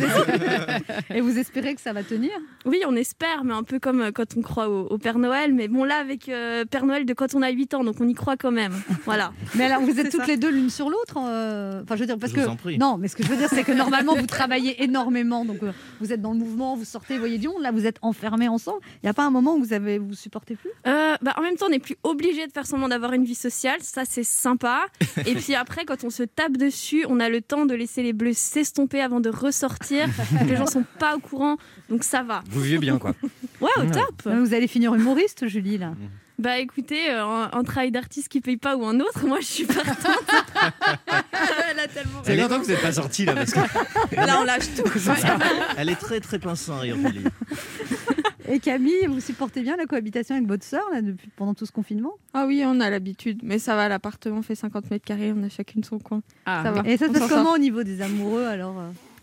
[SPEAKER 3] Ah. Et vous espérez que ça va tenir
[SPEAKER 10] Oui, on espère, mais un peu comme euh, quand on croit au, au Père Noël. Mais bon, là, avec euh, Père Noël de quand on a 8 ans, donc on y croit quand même. Voilà.
[SPEAKER 3] Mais alors, vous êtes
[SPEAKER 10] C'est
[SPEAKER 3] toutes
[SPEAKER 10] ça.
[SPEAKER 3] les deux l'une sur l'autre euh, Enfin, je veux dire, parce
[SPEAKER 4] Je
[SPEAKER 3] que.
[SPEAKER 4] vous en prie.
[SPEAKER 3] Non, mais ce que je veux dire, c'est que normalement, vous travaillez énormément. Donc, euh, vous êtes dans le mouvement, vous sortez, vous voyez du monde. Là, vous êtes enfermés ensemble. Il n'y a pas un moment où vous avez, vous supportez plus
[SPEAKER 10] Euh, bah, en même temps, on n'est plus obligé de faire semblant d'avoir une vie sociale. Ça, c'est sympa. Et puis après, quand on se tape dessus, on a le temps de laisser les bleus s'estomper avant de ressortir. les gens sont pas au courant, donc ça va.
[SPEAKER 8] Vous vivez bien, quoi.
[SPEAKER 10] Ouais, au top.
[SPEAKER 3] Non, mais Vous allez finir humoriste, Julie, là.
[SPEAKER 10] Bah écoutez, euh, un, un travail d'artiste qui paye pas ou un autre, moi je suis partante. Elle a tellement
[SPEAKER 1] Ça fait longtemps que vous n'êtes pas sorti là parce que
[SPEAKER 10] Là on lâche tout.
[SPEAKER 4] Elle est très très pince à rire, Julie.
[SPEAKER 10] ah.
[SPEAKER 3] Et Camille, vous supportez bien la cohabitation avec votre sœur, là, depuis, pendant tout ce confinement
[SPEAKER 10] Ah oui, on a l'habitude, mais ça va, l'appartement fait 50 mètres carrés, on a chacune son coin.
[SPEAKER 5] Ah.
[SPEAKER 10] ça va.
[SPEAKER 3] Et ça se
[SPEAKER 10] Ah. on
[SPEAKER 3] passe
[SPEAKER 10] s'en sort.
[SPEAKER 3] comment au niveau des amoureux, alors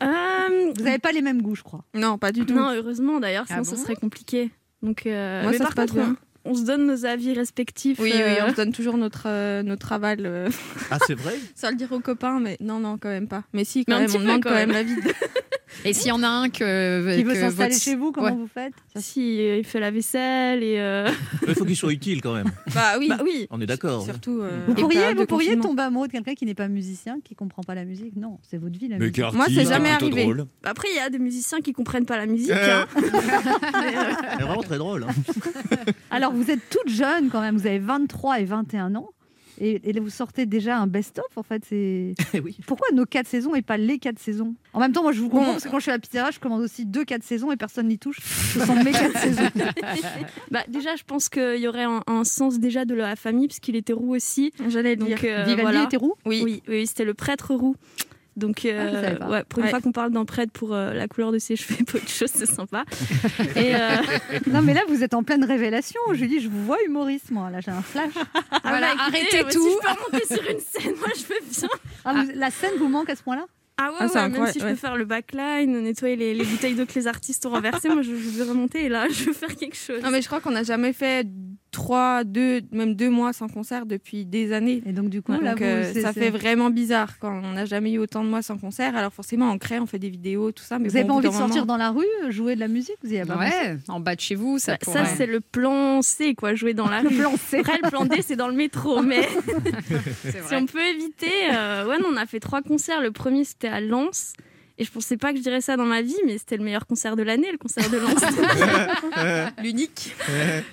[SPEAKER 3] euh Vous n'avez pas les mêmes goûts, je crois.
[SPEAKER 10] Non, pas du tout. Non, heureusement d'ailleurs, sinon ce serait compliqué. Donc, euh, mais par contre, on on se donne nos avis respectifs. euh, Oui, oui, on se donne toujours notre, euh, notre aval.
[SPEAKER 4] Ah, c'est vrai
[SPEAKER 10] Sans le dire aux copains, mais non, non, quand même pas. Mais si, quand
[SPEAKER 5] Mais un
[SPEAKER 10] même,
[SPEAKER 5] petit
[SPEAKER 10] on
[SPEAKER 5] peu,
[SPEAKER 10] demande
[SPEAKER 5] quand
[SPEAKER 10] quand même l'avis. de-
[SPEAKER 11] Et s'il y en a un
[SPEAKER 12] euh,
[SPEAKER 11] que.
[SPEAKER 3] Qui
[SPEAKER 11] que
[SPEAKER 3] veut
[SPEAKER 10] euh,
[SPEAKER 3] s'installer
[SPEAKER 11] votre-
[SPEAKER 3] chez vous Comment
[SPEAKER 11] Ouais.
[SPEAKER 3] vous faites
[SPEAKER 10] si, euh, il fait la vaisselle et. euh,
[SPEAKER 4] Il faut qu'il soit utile quand même.
[SPEAKER 10] Bah oui. oui.
[SPEAKER 4] On est d'accord. hein.
[SPEAKER 10] Surtout. euh,
[SPEAKER 3] Vous
[SPEAKER 10] en
[SPEAKER 3] pourriez,
[SPEAKER 10] période de
[SPEAKER 3] vous pourriez
[SPEAKER 10] confinement.
[SPEAKER 3] tomber amoureux de quelqu'un qui n'est pas musicien, qui comprend pas la musique Non, c'est votre vie la musique.
[SPEAKER 10] Moi, c'est jamais arrivé. Bah, Après, il y a des musiciens qui comprennent pas la musique. hein.
[SPEAKER 4] C'est Euh. vraiment très drôle. hein.
[SPEAKER 3] Alors vous êtes toutes jeunes quand même, vous avez 23 et 21 ans. Et, et là, vous sortez déjà un best-of en fait. C'est
[SPEAKER 4] oui.
[SPEAKER 3] pourquoi nos quatre saisons et pas les quatre saisons. En même temps, moi je vous comprends parce que quand je suis à la pizzeria, je commande aussi deux quatre saisons et personne n'y touche. Ce sont mes quatre saisons.
[SPEAKER 10] Bah, déjà, je pense qu'il y aurait un, un sens déjà de la famille, puisqu'il était roux aussi. J'allais donc. euh,
[SPEAKER 3] Vivaldi
[SPEAKER 10] voilà.
[SPEAKER 3] était roux.
[SPEAKER 10] Oui, oui, oui, c'était le prêtre roux. Donc, euh,
[SPEAKER 3] je savais pas.
[SPEAKER 10] ouais, pour une
[SPEAKER 3] Ouais.
[SPEAKER 10] fois qu'on parle d'un prêtre pour euh, la couleur de ses cheveux, pour autre chose, c'est sympa. Et, euh,
[SPEAKER 3] Non mais là vous êtes en pleine révélation. Julie, je vous vois humoriste moi. Là j'ai un flash.
[SPEAKER 10] ah,
[SPEAKER 11] Voilà,
[SPEAKER 10] bah, écoutez,
[SPEAKER 11] arrêtez
[SPEAKER 10] moi,
[SPEAKER 11] tout.
[SPEAKER 10] Si je peux remonter sur une scène, moi je veux bien.
[SPEAKER 3] Ah, vous- la scène vous manque à ce point-là
[SPEAKER 10] Ah ouais,
[SPEAKER 11] Ah, c'est
[SPEAKER 10] ouais, même
[SPEAKER 11] incroyable,
[SPEAKER 10] si je
[SPEAKER 11] ouais.
[SPEAKER 10] peux faire le backline, nettoyer les, les bouteilles d'eau que les artistes ont renversées, moi je, je veux remonter et là je veux faire quelque chose.
[SPEAKER 11] Non, mais je crois qu'on n'a jamais fait trois, deux, même deux mois sans concert depuis des années.
[SPEAKER 3] Et donc du coup
[SPEAKER 11] Ouais,
[SPEAKER 3] là
[SPEAKER 11] donc
[SPEAKER 3] vous-
[SPEAKER 11] euh,
[SPEAKER 3] c'est-
[SPEAKER 11] ça
[SPEAKER 3] c'est-
[SPEAKER 11] fait vraiment bizarre quand on n'a jamais eu autant de mois sans concert. Alors forcément on crée, on fait des vidéos, tout ça. Mais
[SPEAKER 3] Vous avez
[SPEAKER 11] bon,
[SPEAKER 3] pas
[SPEAKER 11] au bout
[SPEAKER 3] envie de
[SPEAKER 11] d'un
[SPEAKER 3] sortir
[SPEAKER 11] moment-
[SPEAKER 3] dans la rue, jouer de la musique Vous y
[SPEAKER 11] Ah
[SPEAKER 3] avez pas pensé
[SPEAKER 11] Ouais, bah en bas de chez vous, ça.
[SPEAKER 10] Bah,
[SPEAKER 11] pourrait-
[SPEAKER 10] ça, c'est le plan C, quoi, jouer dans la rue.
[SPEAKER 3] plan C.
[SPEAKER 10] Après, le plan D, c'est dans le métro, mais
[SPEAKER 11] c'est
[SPEAKER 10] si
[SPEAKER 11] vrai.
[SPEAKER 10] on peut éviter. euh, ouais, non, on a fait trois concerts. Le premier, c'était à Lens. Et je pensais pas que je dirais ça dans ma vie, mais c'était le meilleur concert de l'année, le concert de Lens. L'unique.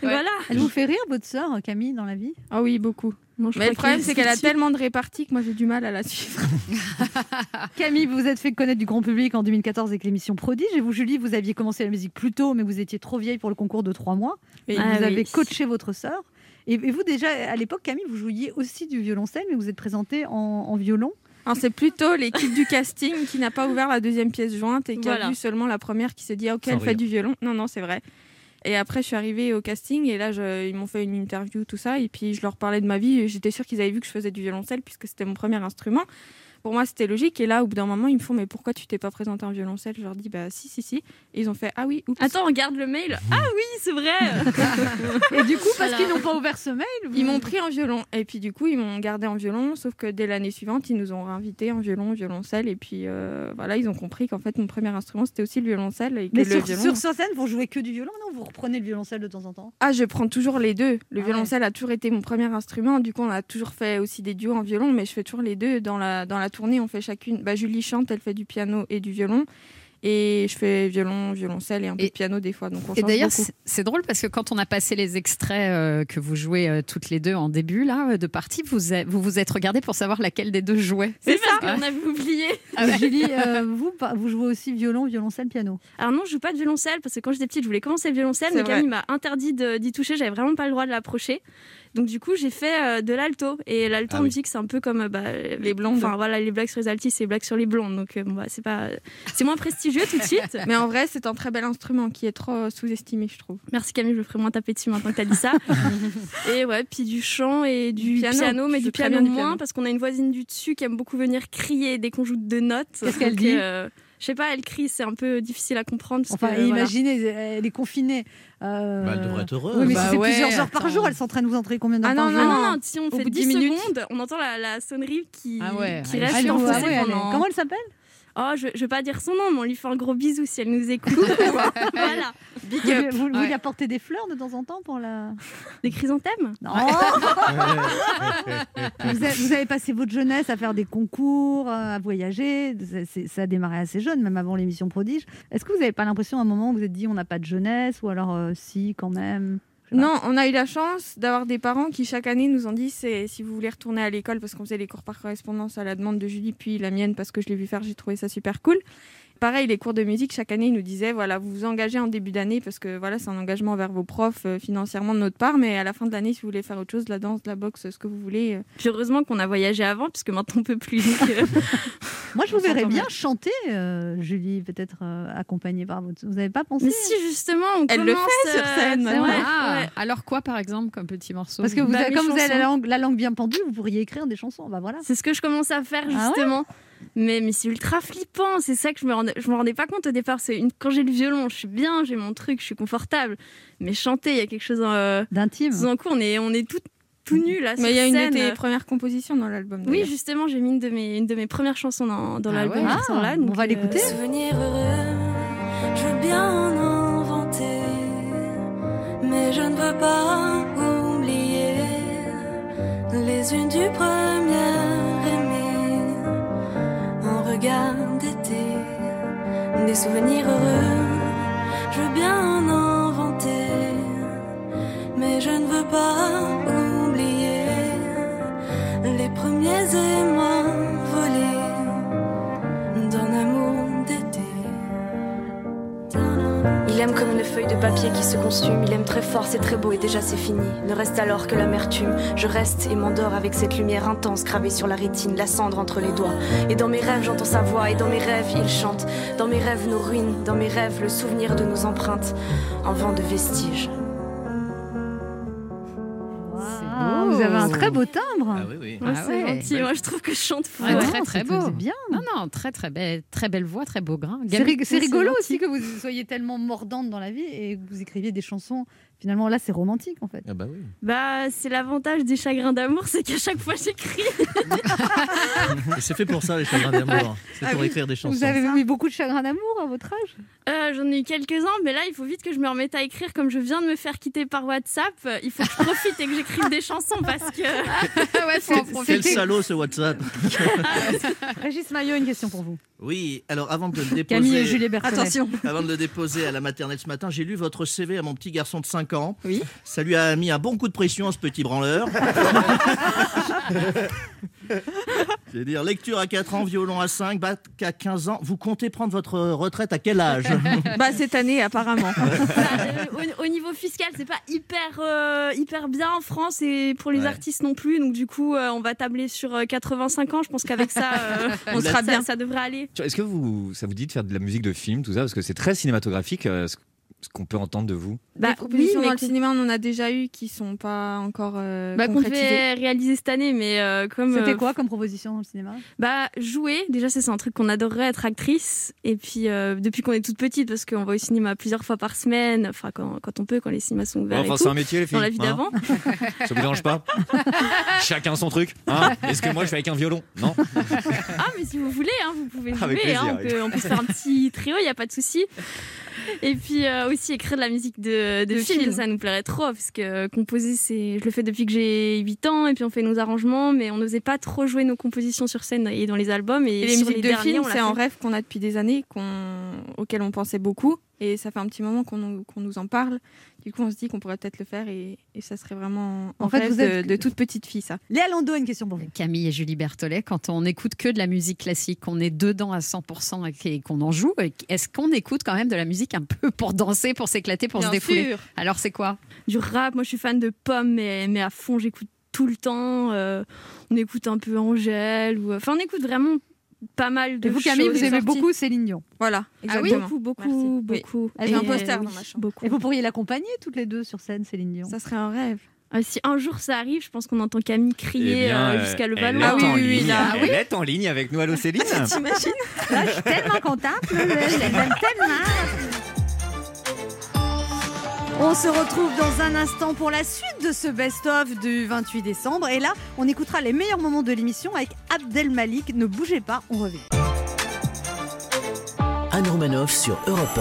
[SPEAKER 10] Voilà.
[SPEAKER 3] Elle vous fait rire, votre sœur, Camille, dans la vie
[SPEAKER 10] Ah oui, beaucoup. Non, je
[SPEAKER 11] Mais le
[SPEAKER 10] crois
[SPEAKER 11] problème,
[SPEAKER 10] qu'il-
[SPEAKER 11] c'est qu'elle a tellement de réparties que moi, j'ai du mal à la suivre.
[SPEAKER 3] Camille, vous vous êtes fait connaître du grand public en 2014 avec l'émission Prodige. Et vous, Julie, vous aviez commencé la musique plus tôt, mais vous étiez trop vieille pour le concours de trois mois.
[SPEAKER 10] Oui.
[SPEAKER 3] Et
[SPEAKER 10] Ah
[SPEAKER 3] vous avez
[SPEAKER 10] oui.
[SPEAKER 3] coaché votre sœur. Et, et vous, déjà, à l'époque, Camille, vous jouiez aussi du violoncelle, mais vous êtes présentée en, en violon.
[SPEAKER 11] Alors, Hein, c'est plutôt l'équipe du casting qui n'a pas ouvert la deuxième pièce jointe et qui
[SPEAKER 10] Voilà.
[SPEAKER 11] a vu seulement la première qui s'est dit ah, Ok,
[SPEAKER 10] Sans
[SPEAKER 11] elle fait
[SPEAKER 10] rire.
[SPEAKER 11] du violon. Non, non, c'est vrai. Et après, je suis arrivée au casting et là, je- ils m'ont fait une interview, tout ça. Et puis, je leur parlais de ma vie. et J'étais sûre qu'ils avaient vu que je faisais du violoncelle puisque c'était mon premier instrument. Pour moi, c'était logique. Et là, au bout d'un moment, ils me font Mais pourquoi tu t'es pas présenté en violoncelle Je leur dis Bah, si, si, si. Et ils ont fait Ah oui, oups.
[SPEAKER 10] Attends, regarde le mail. Ah oui, c'est vrai.
[SPEAKER 3] Et du coup, parce qu'ils n'ont pas ouvert ce mail, vous-
[SPEAKER 11] Ils m'ont pris en violon. Et puis, du coup, ils m'ont gardé en violon. Sauf que dès l'année suivante, ils nous ont réinvités en violon, violoncelle. Et puis, euh, voilà, ils ont compris qu'en fait, mon premier instrument, c'était aussi le violoncelle. Et que
[SPEAKER 3] Mais
[SPEAKER 11] le
[SPEAKER 3] sur,
[SPEAKER 11] violon...
[SPEAKER 3] sur, sur scène, vous jouez que du violon, non Vous reprenez le violoncelle de temps en temps
[SPEAKER 11] Ah, je prends toujours les deux. Le
[SPEAKER 3] Ah
[SPEAKER 11] violoncelle a toujours été mon premier instrument. Du coup, on a toujours fait aussi des duos en violon, mais je fais toujours les deux. Dans la, dans la tournée, on fait chacune. Bah, Julie chante, elle fait du piano et du violon. Et je fais violon, violoncelle et un peu de piano des fois. Donc on
[SPEAKER 12] Et
[SPEAKER 11] change
[SPEAKER 12] d'ailleurs,
[SPEAKER 11] beaucoup.
[SPEAKER 12] c'est- c'est drôle parce que quand on a passé les extraits euh, que vous jouez euh, toutes les deux en début là, euh, de partie, vous a- vous, vous êtes regardé pour savoir laquelle des deux jouait.
[SPEAKER 10] C'est parce qu'on avait oublié.
[SPEAKER 3] Julie, euh, vous, pas- vous jouez aussi violon, violoncelle, piano.
[SPEAKER 10] Alors non, je joue pas de violoncelle parce que quand j'étais petite, je voulais commencer le violoncelle,
[SPEAKER 3] C'est
[SPEAKER 10] mais Camille
[SPEAKER 3] vrai.
[SPEAKER 10] m'a interdit de- d'y toucher, j'avais vraiment pas le droit de l'approcher. Donc du coup, j'ai fait euh, de l'alto et l'alto
[SPEAKER 11] Ah
[SPEAKER 10] on
[SPEAKER 11] oui.
[SPEAKER 10] dit que c'est un peu comme euh, bah, les
[SPEAKER 11] blondes.
[SPEAKER 10] Enfin voilà, les blagues sur les altis, c'est les blagues sur les blondes. Donc euh, bon, bah, c'est pas c'est moins prestigieux tout de suite.
[SPEAKER 11] Mais en vrai, c'est un très bel instrument qui est trop euh, sous-estimé, je trouve.
[SPEAKER 10] Merci Camille, je me ferai moins taper dessus maintenant que t'as dit ça. et ouais, puis du chant et du
[SPEAKER 11] piano.
[SPEAKER 10] piano, mais
[SPEAKER 11] Tu
[SPEAKER 10] du
[SPEAKER 11] fais très
[SPEAKER 10] piano,
[SPEAKER 11] bien du
[SPEAKER 10] moins
[SPEAKER 11] piano.
[SPEAKER 10] parce qu'on a une voisine du dessus qui aime beaucoup venir crier dès qu'on joue deux notes.
[SPEAKER 3] Qu'est-ce qu'elle
[SPEAKER 10] Donc,
[SPEAKER 3] dit
[SPEAKER 10] euh, Je sais pas, elle crie, c'est un peu difficile à comprendre. parce
[SPEAKER 3] Enfin,
[SPEAKER 10] que, voilà.
[SPEAKER 3] imaginez, elle est confinée. Euh,
[SPEAKER 10] Bah, elle devrait être heureuse.
[SPEAKER 3] Oui, mais si
[SPEAKER 10] Bah
[SPEAKER 3] c'est
[SPEAKER 10] ouais,
[SPEAKER 3] plusieurs heures par jour, elle s'entraîne, vous entraînez combien d'heures
[SPEAKER 10] Ah
[SPEAKER 3] par
[SPEAKER 10] non,
[SPEAKER 3] jour
[SPEAKER 10] non, non, non, si on
[SPEAKER 3] Au
[SPEAKER 10] fait
[SPEAKER 3] bout de
[SPEAKER 10] 10
[SPEAKER 3] 10 minutes.
[SPEAKER 10] secondes, on entend la, la sonnerie qui,
[SPEAKER 12] Ah ouais,
[SPEAKER 10] qui
[SPEAKER 12] elle
[SPEAKER 10] reste
[SPEAKER 12] est
[SPEAKER 10] enfoncée
[SPEAKER 12] chaude. Ah ouais, elle est-
[SPEAKER 10] pendant-
[SPEAKER 12] comment
[SPEAKER 3] elle s'appelle
[SPEAKER 10] Oh, je, je vais pas dire son nom, mais on lui fait un gros bisou si elle nous écoute. voilà.
[SPEAKER 3] Vous, lui- vous, vous lui apportez des fleurs de temps en temps pour la.
[SPEAKER 10] Des chrysanthèmes
[SPEAKER 3] Non vous, avez, vous avez passé votre jeunesse à faire des concours, euh, à voyager. Ça, c'est- ça a démarré assez jeune, même avant l'émission Prodige. Est-ce que vous n'avez pas l'impression à un moment où vous vous êtes dit on n'a pas de jeunesse ou alors euh, si quand même
[SPEAKER 11] Non, on a eu la chance d'avoir des parents qui chaque année nous ont dit c'est si vous voulez retourner à l'école parce qu'on faisait les cours par correspondance à la demande de Julie puis la mienne parce que je l'ai vu faire, j'ai trouvé ça super cool. Pareil, les cours de musique chaque année ils nous disaient voilà vous vous engagez en début d'année parce que voilà c'est un engagement vers vos profs euh, financièrement de notre part mais à la fin de l'année si vous voulez faire autre chose de la danse, de la boxe, ce que vous voulez. euh.
[SPEAKER 10] Puis heureusement qu'on a voyagé avant puisque maintenant on peut plus. donc, euh,
[SPEAKER 3] Moi, je vous verrais
[SPEAKER 10] s'entend
[SPEAKER 3] bien
[SPEAKER 10] bien.
[SPEAKER 3] chanter, euh, Julie, peut-être euh, accompagnée par votre. Vous n'avez pas pensé
[SPEAKER 10] Mais si, justement, on
[SPEAKER 3] Elle le
[SPEAKER 10] commence,
[SPEAKER 3] fait sur
[SPEAKER 10] euh,
[SPEAKER 3] scène,
[SPEAKER 10] c'est
[SPEAKER 3] maintenant.
[SPEAKER 10] vrai,
[SPEAKER 12] Ah,
[SPEAKER 10] ouais.
[SPEAKER 12] Alors quoi par exemple comme petit morceau
[SPEAKER 3] Parce que vous
[SPEAKER 12] Bah,
[SPEAKER 3] avez-
[SPEAKER 12] mes
[SPEAKER 3] comme vous avez la
[SPEAKER 12] chansons.
[SPEAKER 3] langue, la langue bien pendue, vous pourriez écrire des chansons. Bah voilà.
[SPEAKER 10] C'est ce que je commence à faire
[SPEAKER 3] Ah ouais
[SPEAKER 10] justement. mais mais c'est ultra flippant, c'est ça que je me rendais, je me rendais pas compte au départ. C'est une, quand j'ai le violon, je suis bien, j'ai mon truc, je suis confortable. Mais chanter, il y a quelque chose euh,
[SPEAKER 3] d'intime.
[SPEAKER 10] En coup, on est on est tout tout nu là.
[SPEAKER 11] Mais
[SPEAKER 10] Ah, sur
[SPEAKER 11] il y a une
[SPEAKER 10] scène.
[SPEAKER 11] de tes premières compositions dans l'album.
[SPEAKER 10] Oui,
[SPEAKER 11] d'ailleurs.
[SPEAKER 10] justement, j'ai mis une de mes une de mes premières chansons dans, dans
[SPEAKER 11] Ah
[SPEAKER 10] l'album.
[SPEAKER 11] ouais.
[SPEAKER 10] qui sort là,
[SPEAKER 11] Ah,
[SPEAKER 10] donc, euh,
[SPEAKER 11] on va l'écouter.
[SPEAKER 7] euh,
[SPEAKER 13] Souvenir heureux, je veux bien en inventer, mais je ne veux pas oublier les unes du premier aimé, en regard d'été, des souvenirs heureux, je veux bien en inventer, mais je ne veux pas oublier les premiers aimants volés d'un amour d'été.
[SPEAKER 14] Il aime comme une feuille de papier qui se consume. Il aime très fort, c'est très beau et déjà c'est fini. Ne reste alors que l'amertume. Je reste et m'endors avec cette lumière intense gravée sur la rétine, la cendre entre les doigts. Et dans mes rêves, j'entends sa voix. Et dans mes rêves, il chante. Dans mes rêves, nos ruines. Dans mes rêves, le souvenir de nos empreintes en vent de vestiges.
[SPEAKER 3] Ah, vous avez
[SPEAKER 13] Oh.
[SPEAKER 3] un très beau timbre.
[SPEAKER 14] Ah oui, oui.
[SPEAKER 10] Ouais,
[SPEAKER 12] Ah
[SPEAKER 10] c'est
[SPEAKER 12] ouais.
[SPEAKER 10] gentil. Moi, je trouve que je chante fort.
[SPEAKER 12] Ouais,
[SPEAKER 3] Ah,
[SPEAKER 12] très très beau. Non non, très très belle, très belle voix, très beau grain.
[SPEAKER 3] C'est
[SPEAKER 12] Gabi-
[SPEAKER 3] rig- c'est rigolo aussi que vous soyez tellement mordante dans la vie et que vous écriviez des chansons. Finalement, là, c'est romantique en fait.
[SPEAKER 8] Ah bah oui.
[SPEAKER 10] Bah, c'est l'avantage des chagrins d'amour, c'est qu'à chaque fois j'écris.
[SPEAKER 15] Et C'est fait pour ça, les chagrins d'amour. C'est
[SPEAKER 3] Ah
[SPEAKER 15] pour
[SPEAKER 3] oui.
[SPEAKER 15] écrire des chansons.
[SPEAKER 3] Vous avez eu beaucoup de chagrins d'amour à votre âge
[SPEAKER 10] Euh, J'en ai eu quelques-uns, mais là, il faut vite que je me remette à écrire. Comme je viens de me faire quitter par WhatsApp, euh, il faut que je profite et que j'écrive des chansons parce que
[SPEAKER 11] ouais, faut en profiter.
[SPEAKER 15] Quel salaud ce WhatsApp
[SPEAKER 3] Régis Maillot, une question pour vous.
[SPEAKER 15] Oui, alors avant de le déposer.
[SPEAKER 3] Camille et Julie Berthelot.
[SPEAKER 15] Attention. Avant de le déposer à la maternelle ce matin, j'ai lu votre CV à mon petit garçon de 5 ans.
[SPEAKER 3] Oui.
[SPEAKER 15] Ça lui a mis un bon coup de pression, ce petit branleur. C'est-à-dire lecture à 4 ans, violon à 5, bac à 15 ans. Vous comptez prendre votre retraite à quel âge
[SPEAKER 11] Bah cette année apparemment.
[SPEAKER 10] euh, au, au niveau fiscal, c'est pas hyper, euh, hyper bien en France et pour les
[SPEAKER 15] Ouais.
[SPEAKER 10] artistes non plus. Donc du coup, euh, on va tabler sur euh, 85 ans. Je pense qu'avec ça, euh, on
[SPEAKER 8] Vous
[SPEAKER 10] sera
[SPEAKER 8] êtes-
[SPEAKER 10] bien. Ça devrait aller.
[SPEAKER 8] Tu vois, Est-ce que vous, ça vous dit de faire de la musique de film, tout ça Parce que c'est très cinématographique euh, ce ce qu'on peut entendre de vous.
[SPEAKER 11] Des propositions
[SPEAKER 10] Bah, oui, mais
[SPEAKER 11] dans le
[SPEAKER 10] qu'on-
[SPEAKER 11] cinéma, on en a déjà eu qui sont pas encore euh,
[SPEAKER 10] Bah, qu'on devait
[SPEAKER 11] concrétisées.
[SPEAKER 10] réaliser cette année, mais euh, comme.
[SPEAKER 11] C'était
[SPEAKER 10] euh,
[SPEAKER 11] quoi
[SPEAKER 3] comme proposition dans le cinéma
[SPEAKER 10] Bah, jouer, déjà, ça, c'est un truc qu'on adorerait être actrice. Et puis, euh, depuis qu'on est toute petite, parce qu'on va au cinéma plusieurs fois par semaine, enfin, quand, quand on peut, quand les cinémas sont ouverts.
[SPEAKER 8] Enfin,
[SPEAKER 10] et
[SPEAKER 8] c'est
[SPEAKER 10] tout,
[SPEAKER 8] un métier, les filles,
[SPEAKER 10] Dans la vie
[SPEAKER 8] hein.
[SPEAKER 10] d'avant.
[SPEAKER 8] Ça vous dérange pas Chacun son truc. hein Est-ce que moi je fais avec un violon Non.
[SPEAKER 10] ah, mais si vous voulez, hein, vous pouvez jouer.
[SPEAKER 8] Avec plaisir,
[SPEAKER 10] hein, on,
[SPEAKER 8] avec-
[SPEAKER 10] peut, on peut se faire un petit trio, il n'y a pas de souci. Et puis euh, aussi écrire de la musique de, de,
[SPEAKER 11] De
[SPEAKER 10] film,
[SPEAKER 11] film.
[SPEAKER 10] ça nous plairait trop, parce que euh, composer, c'est, je le fais depuis que j'ai 8 ans, et puis on fait nos arrangements, mais on n'osait pas trop jouer nos compositions sur scène et dans les albums. Et,
[SPEAKER 11] Et les
[SPEAKER 10] sur
[SPEAKER 11] musiques de
[SPEAKER 10] derniers,
[SPEAKER 11] films,
[SPEAKER 10] on l'a
[SPEAKER 11] c'est un
[SPEAKER 10] fait.
[SPEAKER 11] rêve qu'on a depuis des années, qu'on... auquel on pensait beaucoup. Et ça fait un petit moment qu'on nous, qu'on nous en parle. Du coup, on se dit qu'on pourrait peut-être le faire et, et ça serait vraiment
[SPEAKER 3] En
[SPEAKER 11] en,
[SPEAKER 3] fait,
[SPEAKER 11] rêve
[SPEAKER 3] vous êtes-
[SPEAKER 11] de, de toute petite fille, ça.
[SPEAKER 3] Léa Londo, une question pour vous.
[SPEAKER 12] Camille et Julie Berthollet, quand on n'écoute que de la musique classique, on est dedans à 100% et qu- et qu'on en joue, et qu- est-ce qu'on écoute quand même de la musique un peu pour danser, pour s'éclater, pour
[SPEAKER 10] Bien
[SPEAKER 12] se défouler
[SPEAKER 10] sûr.
[SPEAKER 12] Alors c'est quoi
[SPEAKER 10] du rap. Moi, je suis fan de Pomme, mais, mais à fond, j'écoute tout le temps. Euh, on écoute un peu Angèle. Ou... euh, Enfin, on écoute vraiment pas mal de
[SPEAKER 3] Et vous, Camille,
[SPEAKER 10] choses
[SPEAKER 3] vous aimez
[SPEAKER 10] sorties.
[SPEAKER 3] beaucoup Céline Dion.
[SPEAKER 11] Voilà,
[SPEAKER 3] Ah
[SPEAKER 10] exactement. beaucoup, beaucoup, beaucoup.
[SPEAKER 3] Elle
[SPEAKER 10] Et
[SPEAKER 3] est un poster
[SPEAKER 10] oui,
[SPEAKER 3] dans ma chambre.
[SPEAKER 10] beaucoup.
[SPEAKER 3] Et vous pourriez l'accompagner toutes les deux sur scène, Céline Dion
[SPEAKER 11] Ça serait un rêve.
[SPEAKER 10] Ah, si un jour ça arrive, je pense qu'on entend Camille crier
[SPEAKER 8] Eh bien,
[SPEAKER 10] euh,
[SPEAKER 8] euh,
[SPEAKER 10] jusqu'à le
[SPEAKER 8] elle
[SPEAKER 10] ballon.
[SPEAKER 8] est en ligne. Elle est en ligne avec nous. Allô Céline
[SPEAKER 3] T'imagines Je suis tellement contente. Je l'aime tellement. On se retrouve dans un instant pour la suite de ce best-of du 28 décembre. Et là, on écoutera les meilleurs moments de l'émission avec Abdel Malik. Ne bougez pas, on revient.
[SPEAKER 16] Anne Romanoff sur Europe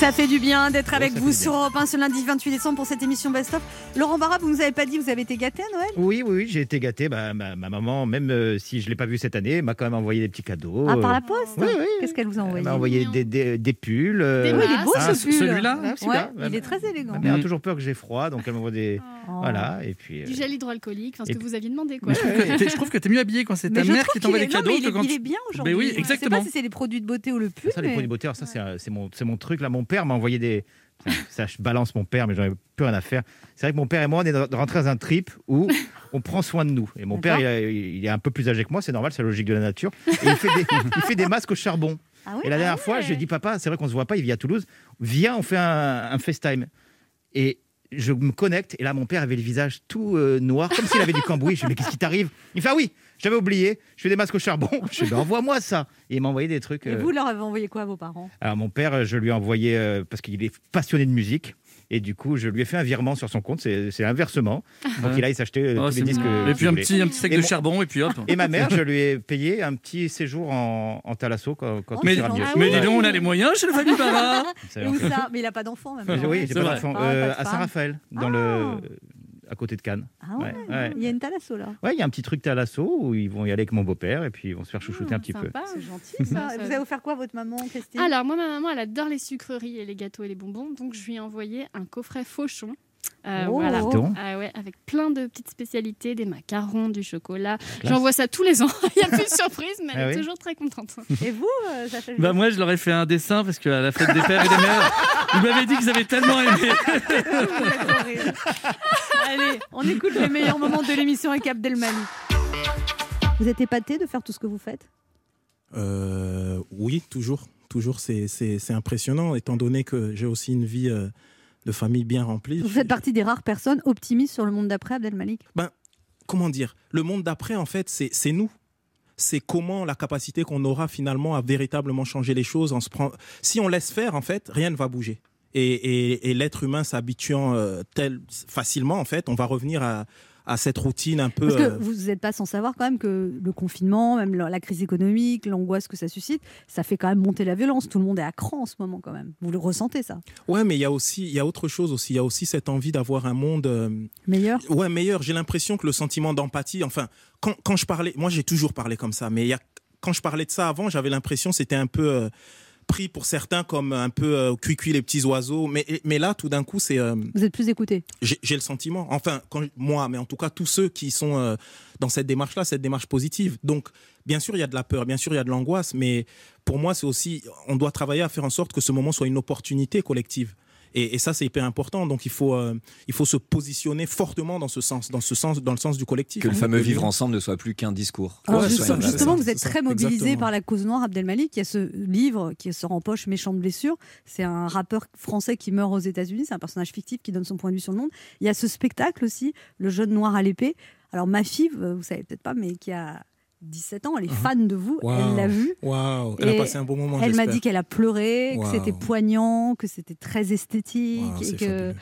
[SPEAKER 3] Ça fait du bien d'être avec
[SPEAKER 16] ça
[SPEAKER 3] vous
[SPEAKER 16] fait du
[SPEAKER 3] sur Europe 1 ce lundi 28 décembre pour cette émission best-of. Laurent Barra, vous nous avez pas dit, vous avez été gâté à Noël
[SPEAKER 1] Oui, oui, oui, j'ai été gâté. Bah, ma, ma maman, même euh, si je ne l'ai pas vue cette année, m'a quand même envoyé des petits cadeaux.
[SPEAKER 3] Ah, par
[SPEAKER 1] Euh,
[SPEAKER 3] la poste Qu'est-ce qu'elle vous a
[SPEAKER 1] Elle
[SPEAKER 3] envoyé
[SPEAKER 1] m'a envoyé des, des- des pulls. euh,
[SPEAKER 3] Oui, il est beau
[SPEAKER 1] ah,
[SPEAKER 3] ce pull.
[SPEAKER 1] Celui-là
[SPEAKER 3] Ouais,
[SPEAKER 1] celui-là.
[SPEAKER 3] Il est très élégant. Mm.
[SPEAKER 1] Ma mère a toujours peur que j'ai froid, donc elle m'envoie des.
[SPEAKER 3] Oh.
[SPEAKER 1] Voilà, et puis. euh,
[SPEAKER 5] Du gel hydroalcoolique, enfin, ce
[SPEAKER 1] Et-
[SPEAKER 5] que vous aviez demandé, quoi.
[SPEAKER 4] Mais je trouve que t'es- je trouve que t'es mieux habillé quand c'est
[SPEAKER 3] Mais
[SPEAKER 4] ta
[SPEAKER 3] je
[SPEAKER 4] mère
[SPEAKER 3] trouve
[SPEAKER 4] qui
[SPEAKER 3] qu'il
[SPEAKER 4] t'envoie
[SPEAKER 3] est-
[SPEAKER 4] les
[SPEAKER 3] non,
[SPEAKER 4] cadeaux
[SPEAKER 3] mais il
[SPEAKER 4] que
[SPEAKER 3] est-
[SPEAKER 4] quand
[SPEAKER 3] il
[SPEAKER 4] tu-
[SPEAKER 3] est bien aujourd'hui. hein.
[SPEAKER 4] Mais oui,
[SPEAKER 3] Je sais
[SPEAKER 4] exactement.
[SPEAKER 3] pas si c'est les produits de beauté ou le pull.
[SPEAKER 1] Ah, Ça, les
[SPEAKER 3] mais-
[SPEAKER 1] produits beauté, alors ça, c'est un- c'est mon, c'est mon truc. Là, mon père m'a envoyé des. Ça, ça, je balance mon père, mais j'en ai plus rien à faire. C'est vrai que mon père et moi, on est dans- rentrés dans un trip où on prend soin de nous. Et mon père, il,
[SPEAKER 3] D'accord.
[SPEAKER 1] a- il est un peu plus âgé que moi, c'est normal, c'est la logique de la nature. Et il, fait des, il fait des masques au charbon.
[SPEAKER 3] Ah oui,
[SPEAKER 1] et la
[SPEAKER 3] ah
[SPEAKER 1] dernière
[SPEAKER 3] ouais.
[SPEAKER 1] fois, j'ai dit, papa, c'est vrai qu'on se voit pas, il vit à Toulouse. Viens, on fait un, un FaceTime. Et je me connecte, et là, mon père avait le visage tout euh, noir, comme s'il avait du cambouis. Je lui dis, mais qu'est-ce qui t'arrive Il me fait, ah oui, j'avais oublié, je fais des masques au charbon. Je lui dis, Ben, envoie-moi ça. Et il m'a envoyé des trucs.
[SPEAKER 3] Et
[SPEAKER 1] euh,
[SPEAKER 3] vous leur avez envoyé quoi à vos parents
[SPEAKER 1] alors mon père, euh, je lui ai envoyé, euh, parce qu'il est passionné de musique, et du coup je lui ai fait un virement sur son compte, c'est c'est inversement. Donc
[SPEAKER 4] Ouais.
[SPEAKER 1] il aille s'acheter euh,
[SPEAKER 4] Oh,
[SPEAKER 1] tous
[SPEAKER 4] c'est
[SPEAKER 1] les disques.
[SPEAKER 4] mignon.
[SPEAKER 1] euh,
[SPEAKER 4] Et
[SPEAKER 1] qu'il
[SPEAKER 4] puis un
[SPEAKER 1] voulait.
[SPEAKER 4] petit- un petit sac
[SPEAKER 1] Et
[SPEAKER 4] de
[SPEAKER 1] mon-
[SPEAKER 4] charbon, et puis hop.
[SPEAKER 1] Et ma mère, je lui ai payé un petit séjour en, en thalasso quand,
[SPEAKER 3] Oh,
[SPEAKER 1] quand
[SPEAKER 4] mais,
[SPEAKER 1] il ira mieux.
[SPEAKER 4] mais dis donc, on a les moyens chez la famille Barra.
[SPEAKER 1] Ça
[SPEAKER 3] Ah Et
[SPEAKER 1] va.
[SPEAKER 3] où ça Mais il n'a pas d'enfant même. non
[SPEAKER 1] Oui, j'ai pas
[SPEAKER 4] vrai.
[SPEAKER 1] d'enfant.
[SPEAKER 3] Ah,
[SPEAKER 1] Euh,
[SPEAKER 3] pas de
[SPEAKER 1] à
[SPEAKER 3] femme.
[SPEAKER 1] Saint-Raphaël, dans le, à côté de Cannes.
[SPEAKER 3] Ah ouais,
[SPEAKER 1] ouais.
[SPEAKER 3] Il y a une thalasso là.
[SPEAKER 1] Ouais, il y a un petit truc thalasso où ils vont y aller avec mon beau-père et puis ils vont
[SPEAKER 3] Ah,
[SPEAKER 1] se faire chouchouter un petit peu.
[SPEAKER 3] C'est gentil ça.
[SPEAKER 5] ça.
[SPEAKER 3] Vous avez offert quoi à votre maman, Christine
[SPEAKER 5] Alors, moi, ma maman, elle adore les sucreries et les gâteaux et les bonbons, donc je lui ai envoyé un coffret fauchon. Euh,
[SPEAKER 1] Oh.
[SPEAKER 5] voilà.
[SPEAKER 1] Dis donc.
[SPEAKER 5] Ah ouais, avec plein de petites spécialités, des macarons, du chocolat.
[SPEAKER 4] classe.
[SPEAKER 5] J'envoie ça tous les ans. Il n'y a plus de surprise, mais elle
[SPEAKER 4] Ah
[SPEAKER 5] est
[SPEAKER 4] oui.
[SPEAKER 5] toujours très contente.
[SPEAKER 3] Et vous, euh, Sacha
[SPEAKER 4] Bah moi je leur ai fait un dessin parce qu'à la fête des pères et des mères, ils m'avaient dit qu'ils avaient tellement aimé.
[SPEAKER 3] Allez, on écoute les meilleurs moments de l'émission avec Abdel Malik. Vous êtes épaté de faire tout ce que vous faites
[SPEAKER 17] Euh, oui, toujours. Toujours, c'est- c'est c'est impressionnant, étant donné que j'ai aussi une vie euh, de famille bien remplie.
[SPEAKER 3] Vous faites partie des rares personnes optimistes sur le monde d'après, Abdel Malik.
[SPEAKER 17] Ben, comment dire Le monde d'après, en fait, c'est c'est nous. C'est comment la capacité qu'on aura finalement à véritablement changer les choses. On se prend... Si on laisse faire, en fait, rien ne va bouger. Et, et- et l'être humain s'habituant euh, tel facilement, en fait, on va revenir à, à cette routine un peu.
[SPEAKER 3] Parce que
[SPEAKER 17] euh,
[SPEAKER 3] vous n'êtes pas sans savoir quand même que le confinement, même la la crise économique, l'angoisse que ça suscite, ça fait quand même monter la violence. Tout le monde est à cran en ce moment quand même. Vous le ressentez ça
[SPEAKER 17] Ouais, mais il y a aussi, il y a autre chose aussi. Il y a aussi cette envie d'avoir un monde euh,
[SPEAKER 3] Meilleur
[SPEAKER 17] Ouais, meilleur. J'ai l'impression que le sentiment d'empathie, enfin, quand, quand je parlais, moi j'ai toujours parlé comme ça, mais il y a, quand je parlais de ça avant, j'avais l'impression que c'était un peu euh, pris pour certains comme un peu euh, cuicui les petits oiseaux. Mais, mais là, tout d'un coup, c'est. euh,
[SPEAKER 3] Vous êtes plus écouté
[SPEAKER 17] j'ai j'ai le sentiment, enfin, quand, moi, mais en tout cas, tous ceux qui sont euh, dans cette démarche-là, cette démarche positive. Donc, bien sûr, il y a de la peur, bien sûr, il y a de l'angoisse, mais pour moi, c'est aussi, on doit travailler à faire en sorte que ce moment soit une opportunité collective. Et, et ça, c'est hyper important. Donc, il faut, euh, il faut se positionner fortement dans ce sens, dans ce sens, dans le sens du collectif. hein.
[SPEAKER 8] Que le fameux vivre ensemble ne soit plus qu'un discours.
[SPEAKER 3] Alors,
[SPEAKER 17] Ouais,
[SPEAKER 3] juste-
[SPEAKER 17] c'est ça, c'est
[SPEAKER 3] justement,
[SPEAKER 17] ça,
[SPEAKER 3] vous êtes
[SPEAKER 17] c'est
[SPEAKER 3] très
[SPEAKER 17] ça,
[SPEAKER 3] mobilisé
[SPEAKER 17] exactement.
[SPEAKER 3] par la cause noire Abdelmalik. Il y a ce livre qui sort en poche, Méchant de blessure. C'est un rappeur français qui meurt aux États-Unis. C'est un personnage fictif qui donne son point de vue sur le monde. Il y a ce spectacle aussi, Le jeune noir à l'épée. Alors, ma fille, euh, vous savez peut-être pas, mais qui a 17 ans, elle est fan de vous. Elle l'a vu.
[SPEAKER 17] Waouh, Uh-huh. elle a
[SPEAKER 3] Et
[SPEAKER 17] passé un bon moment.
[SPEAKER 3] Elle m'a
[SPEAKER 17] j'espère.
[SPEAKER 3] dit qu'elle a pleuré,
[SPEAKER 17] Waouh.
[SPEAKER 3] que c'était poignant, que c'était très esthétique.
[SPEAKER 17] Waouh,
[SPEAKER 3] et
[SPEAKER 17] c'est
[SPEAKER 3] que...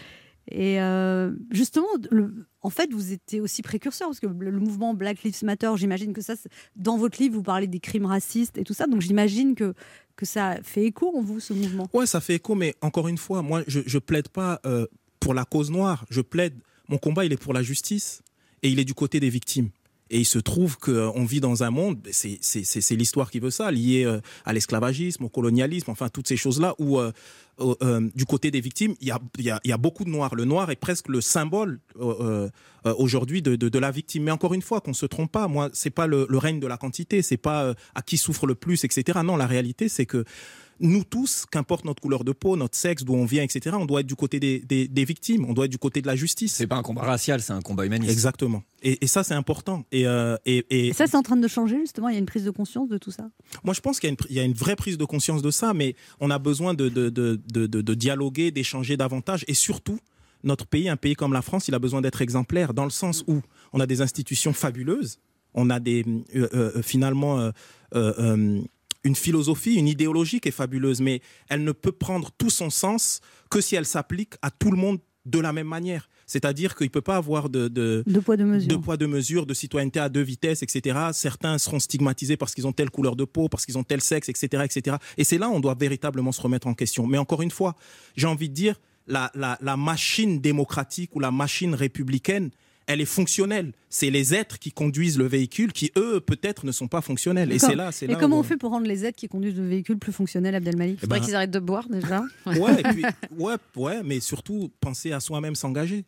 [SPEAKER 3] et euh, justement, le- en fait, vous étiez aussi précurseur, parce que le le mouvement Black Lives Matter, j'imagine que ça, c'est- dans votre livre, vous parlez des crimes racistes et tout ça, donc j'imagine que, que ça fait écho en vous, ce mouvement.
[SPEAKER 17] Ouais, ça fait écho, mais encore une fois, moi, je, je plaide pas euh, pour la cause noire. Je plaide. Mon combat, il est pour la justice et il est du côté des victimes. Et il se trouve qu'on vit dans un monde, ben, c'est- c'est c'est- c'est l'histoire qui veut ça, lié euh, à l'esclavagisme, au colonialisme, enfin toutes ces choses-là, où euh, euh, euh, du côté des victimes, il y a, il y a- il y a beaucoup de noirs. Le noir est presque le symbole euh, euh, euh, aujourd'hui de, de- de la victime. Mais encore une fois, qu'on ne se trompe pas, moi, c'est pas le, le règne de la quantité, c'est pas euh, à qui souffre le plus, etc. Non, la réalité, c'est que nous tous, qu'importe notre couleur de peau, notre sexe, d'où on vient, etc., on doit être du côté des, des- des victimes, on doit être du côté de la justice. C'est
[SPEAKER 8] pas un combat racial, c'est un combat humaniste.
[SPEAKER 17] Exactement. Et, et ça, c'est important. Et, euh, et- et-
[SPEAKER 3] Et ça, c'est en train de changer, justement, il y a une prise de conscience de tout ça.
[SPEAKER 17] moi, je pense qu'il y, a une pr- il y a une vraie prise de conscience de ça, mais on a besoin de, de, de, de, de- de dialoguer, d'échanger davantage. Et surtout, notre pays, un pays comme la France, il a besoin d'être exemplaire dans le sens où on a des institutions fabuleuses, on a des, euh, euh, finalement euh, euh, euh, une philosophie, une idéologie qui est fabuleuse, mais elle ne peut prendre tout son sens que si elle s'applique à tout le monde de la même manière. C'est-à-dire qu'il ne peut pas avoir de, de,
[SPEAKER 3] de poids de mesure.
[SPEAKER 17] de poids de mesure, de citoyenneté à deux vitesses, etc. Certains seront stigmatisés parce qu'ils ont telle couleur de peau, parce qu'ils ont tel sexe, etc., etc. Et c'est là où on doit véritablement se remettre en question. Mais encore une fois, j'ai envie de dire, la, la- la machine démocratique ou la machine républicaine, elle est fonctionnelle. C'est les êtres qui conduisent le véhicule qui, eux, peut-être ne sont pas fonctionnels. Et
[SPEAKER 3] D'accord.
[SPEAKER 17] c'est là, c'est
[SPEAKER 3] Et
[SPEAKER 17] là. où
[SPEAKER 3] comment on
[SPEAKER 17] on-
[SPEAKER 3] fait pour rendre les aides qui conduisent le véhicule plus fonctionnel, Abdelmalik
[SPEAKER 17] Eh ben- Faudrait qu'ils
[SPEAKER 3] arrêtent de boire déjà.
[SPEAKER 17] Ouais, et puis- ouais, ouais, mais surtout penser à soi-même, s'engager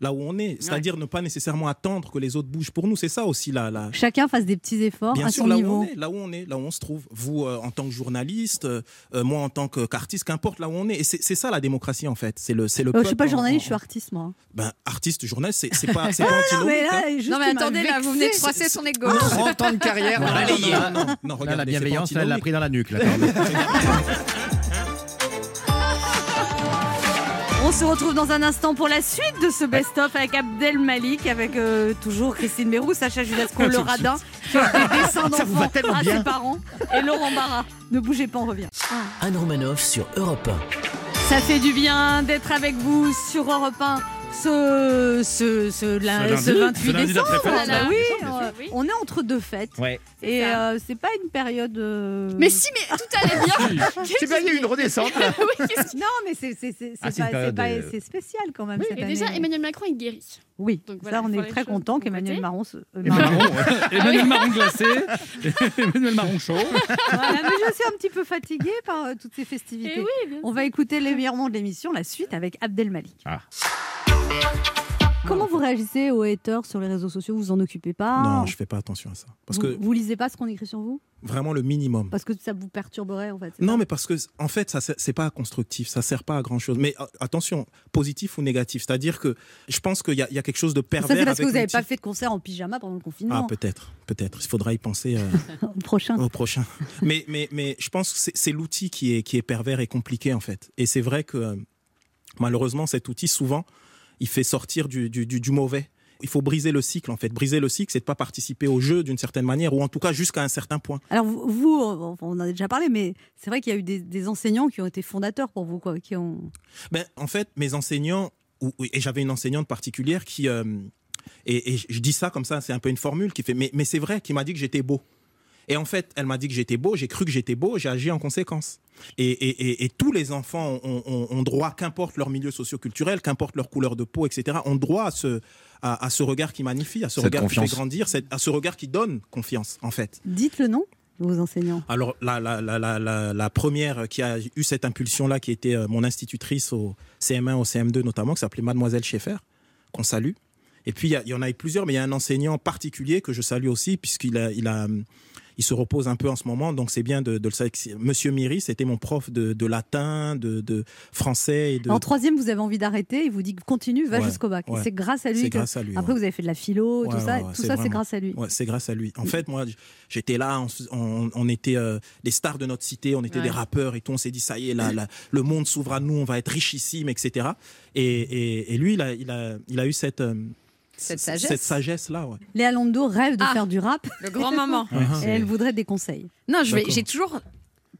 [SPEAKER 17] là où on est. C'est-à-dire ne pas nécessairement attendre que les autres bougent pour nous. C'est ça aussi la, la,
[SPEAKER 3] Chacun fasse des petits efforts
[SPEAKER 17] Bien
[SPEAKER 3] à
[SPEAKER 17] sûr,
[SPEAKER 3] son
[SPEAKER 17] là où
[SPEAKER 3] niveau.
[SPEAKER 17] on est, là où on est, là où on se trouve. Vous euh, en tant que journaliste, euh, euh, moi en tant que- qu'artiste, qu'importe là où on est. Et c'est c'est ça la démocratie en fait. C'est le, c'est le.
[SPEAKER 3] Euh, je
[SPEAKER 17] peuple
[SPEAKER 3] suis pas
[SPEAKER 17] en-
[SPEAKER 3] journaliste, je suis artiste, moi.
[SPEAKER 17] Ben, artiste, journaliste, c'est c'est pas. c'est
[SPEAKER 3] Ah,
[SPEAKER 17] pas
[SPEAKER 3] non,
[SPEAKER 17] antinomique,
[SPEAKER 3] mais là,
[SPEAKER 17] hein.
[SPEAKER 3] juste, Non, mais il m'a attendez, là, vexé, vous venez de c'est- froisser son ego.
[SPEAKER 8] 30 ans de carrière,
[SPEAKER 1] Voilà,
[SPEAKER 8] balayé.
[SPEAKER 1] non, non, non, Là,
[SPEAKER 17] non,
[SPEAKER 1] la
[SPEAKER 17] regardez, c'est pas
[SPEAKER 1] bienveillance, là, elle l'a
[SPEAKER 17] antinomique.
[SPEAKER 1] pris dans la nuque. Là,
[SPEAKER 3] On se retrouve dans un instant pour la suite de ce best-of avec Abdel Malik, avec euh, toujours Christine Bérou, Sacha Judasco, le radin, qui a été descendant
[SPEAKER 2] Ça vous va tellement
[SPEAKER 3] à
[SPEAKER 2] bien.
[SPEAKER 3] ses parents, et Laurent Barra. Ne bougez pas, on revient.
[SPEAKER 2] Anne Romanoff sur Europe
[SPEAKER 3] Ah. Ça fait du bien d'être avec vous sur Europe 1 ce, ce, ce, lin-
[SPEAKER 2] Ce
[SPEAKER 3] ce
[SPEAKER 2] lundi, ce
[SPEAKER 3] 28
[SPEAKER 2] lundi
[SPEAKER 3] décembre.
[SPEAKER 2] d'après fête,
[SPEAKER 3] Bah
[SPEAKER 2] là.
[SPEAKER 3] oui,
[SPEAKER 2] Décembre, bien
[SPEAKER 3] euh, on est entre deux fêtes.
[SPEAKER 1] Ouais.
[SPEAKER 3] Et euh, c'est pas une période. euh,
[SPEAKER 5] Mais si, mais tout allait bien.
[SPEAKER 1] C'est bien, il y a eu une redescente. là.
[SPEAKER 3] non, mais c'est c'est- c'est- c'est
[SPEAKER 1] Ah, c'est une
[SPEAKER 3] pas- c'est
[SPEAKER 1] période,
[SPEAKER 3] pas-
[SPEAKER 1] euh,
[SPEAKER 3] c'est spécial quand même.
[SPEAKER 5] Oui,
[SPEAKER 3] cette
[SPEAKER 5] et déjà,
[SPEAKER 3] année.
[SPEAKER 5] Emmanuel Macron, il guérit.
[SPEAKER 3] Oui,
[SPEAKER 5] voilà,
[SPEAKER 3] ça
[SPEAKER 5] faut
[SPEAKER 3] on est
[SPEAKER 5] les
[SPEAKER 3] très
[SPEAKER 5] choses
[SPEAKER 3] content qu'Emmanuel Marron se. euh,
[SPEAKER 4] Marron, ouais. Emmanuel Marron glacé, Emmanuel Marron chaud.
[SPEAKER 3] Voilà, Ah, mais je suis un petit peu fatiguée par euh, toutes ces
[SPEAKER 5] Eh
[SPEAKER 3] festivités. on va écouter les meilleurs moments de l'émission, la suite avec Abdel Malik.
[SPEAKER 17] Ah.
[SPEAKER 3] Comment vous réagissez aux haters sur les réseaux sociaux Vous vous en occupez pas
[SPEAKER 17] Non, je fais pas attention à ça. Parce
[SPEAKER 3] vous,
[SPEAKER 17] que Mm.
[SPEAKER 3] vous lisez pas ce qu'on écrit sur vous
[SPEAKER 17] vraiment le minimum.
[SPEAKER 3] Parce que ça vous perturberait en fait. c'est
[SPEAKER 17] Non,
[SPEAKER 3] pas-
[SPEAKER 17] mais parce que en fait, ça c'est pas constructif, ça sert pas à grand chose. Mais euh, attention, positif ou négatif, c'est-à-dire que je pense qu'il y, a- il y a quelque chose de pervers.
[SPEAKER 3] Ça c'est parce que
[SPEAKER 17] avec
[SPEAKER 3] vous n'avez
[SPEAKER 17] l'outil.
[SPEAKER 3] pas fait de concert en pyjama pendant le
[SPEAKER 17] Ah,
[SPEAKER 3] confinement.
[SPEAKER 17] peut-être, peut-être. Il faudra y penser. euh,
[SPEAKER 3] Au prochain.
[SPEAKER 17] Au prochain. Mais, mais, mais je pense que c'est- c'est l'outil qui est, qui est pervers et compliqué, en fait. Et c'est vrai que euh, malheureusement, cet outil, souvent, il fait sortir du, du, du- du mauvais. Il faut briser le cycle, en fait. Briser le cycle, c'est de pas participer au jeu d'une certaine manière, ou en tout cas jusqu'à un certain point.
[SPEAKER 3] Alors vous, vous, euh, on en a déjà parlé, mais c'est vrai qu'il y a eu des, des enseignants qui ont été fondateurs pour vous, quoi, qui ont.
[SPEAKER 17] Ben, en fait, mes enseignants, ou- ou- et j'avais une enseignante particulière qui, euh, Et, et je dis ça comme ça, c'est un peu une formule qui fait. Mais, mais c'est vrai qu'il m'a dit que j'étais beau. Et en fait, elle m'a dit que j'étais beau, j'ai cru que j'étais beau, j'ai agi en conséquence. Et, et- et- et tous les enfants ont, ont- ont droit, qu'importe leur milieu socioculturel, qu'importe leur couleur de peau, etc., ont droit à ce, à, à ce regard qui magnifie, à ce
[SPEAKER 1] Cette
[SPEAKER 17] regard qui
[SPEAKER 1] confiance.
[SPEAKER 17] fait grandir, cette- à ce regard qui donne confiance, en fait.
[SPEAKER 3] Dites le nom, vos enseignants.
[SPEAKER 17] Alors, la, la, la, la, la, la première qui a eu cette impulsion-là, qui était euh, mon institutrice au CM1, au CM2 notamment, qui s'appelait Mademoiselle Schaeffer, qu'on salue. Et puis, il y a- il y, en a eu plusieurs, mais il y a un enseignant particulier que je salue aussi, puisqu'il a, il a, hum, il se repose un peu en ce moment, donc c'est bien de, de le savoir. Monsieur Miri, c'était mon prof de, de latin, de, de français et de.
[SPEAKER 3] En troisième, vous avez envie d'arrêter, il vous dit continue, va
[SPEAKER 17] Ouais,
[SPEAKER 3] jusqu'au bac. Et
[SPEAKER 17] ouais.
[SPEAKER 3] C'est grâce à lui.
[SPEAKER 17] C'est
[SPEAKER 3] que-
[SPEAKER 17] grâce à lui,
[SPEAKER 3] Après,
[SPEAKER 17] ouais.
[SPEAKER 3] vous avez fait de la philo,
[SPEAKER 17] Ouais,
[SPEAKER 3] Oh, tout ça.
[SPEAKER 17] ouais, ouais,
[SPEAKER 3] tout ça, c'est
[SPEAKER 17] vraiment-
[SPEAKER 3] grâce à lui.
[SPEAKER 17] Ouais, c'est grâce à lui. En fait, moi, j- j'étais là, on, s- on- on était euh, les stars de notre cité, on était
[SPEAKER 3] Ouais.
[SPEAKER 17] des rappeurs et tout. On s'est dit, ça y est, là, là, le monde s'ouvre à nous, on va être richissime, etc. Et, et- et lui, il a, il, a, il a eu cette, euh,
[SPEAKER 12] Cette
[SPEAKER 17] c-
[SPEAKER 12] sagesse.
[SPEAKER 17] cette sagesse-là. ouais.
[SPEAKER 3] Léa Londo rêve de faire du rap.
[SPEAKER 12] Ah, Le grand maman.
[SPEAKER 17] Ouais,
[SPEAKER 3] Et
[SPEAKER 17] c'est-
[SPEAKER 3] elle voudrait des conseils.
[SPEAKER 12] Non, je vais-
[SPEAKER 3] D'accord.
[SPEAKER 12] j'ai toujours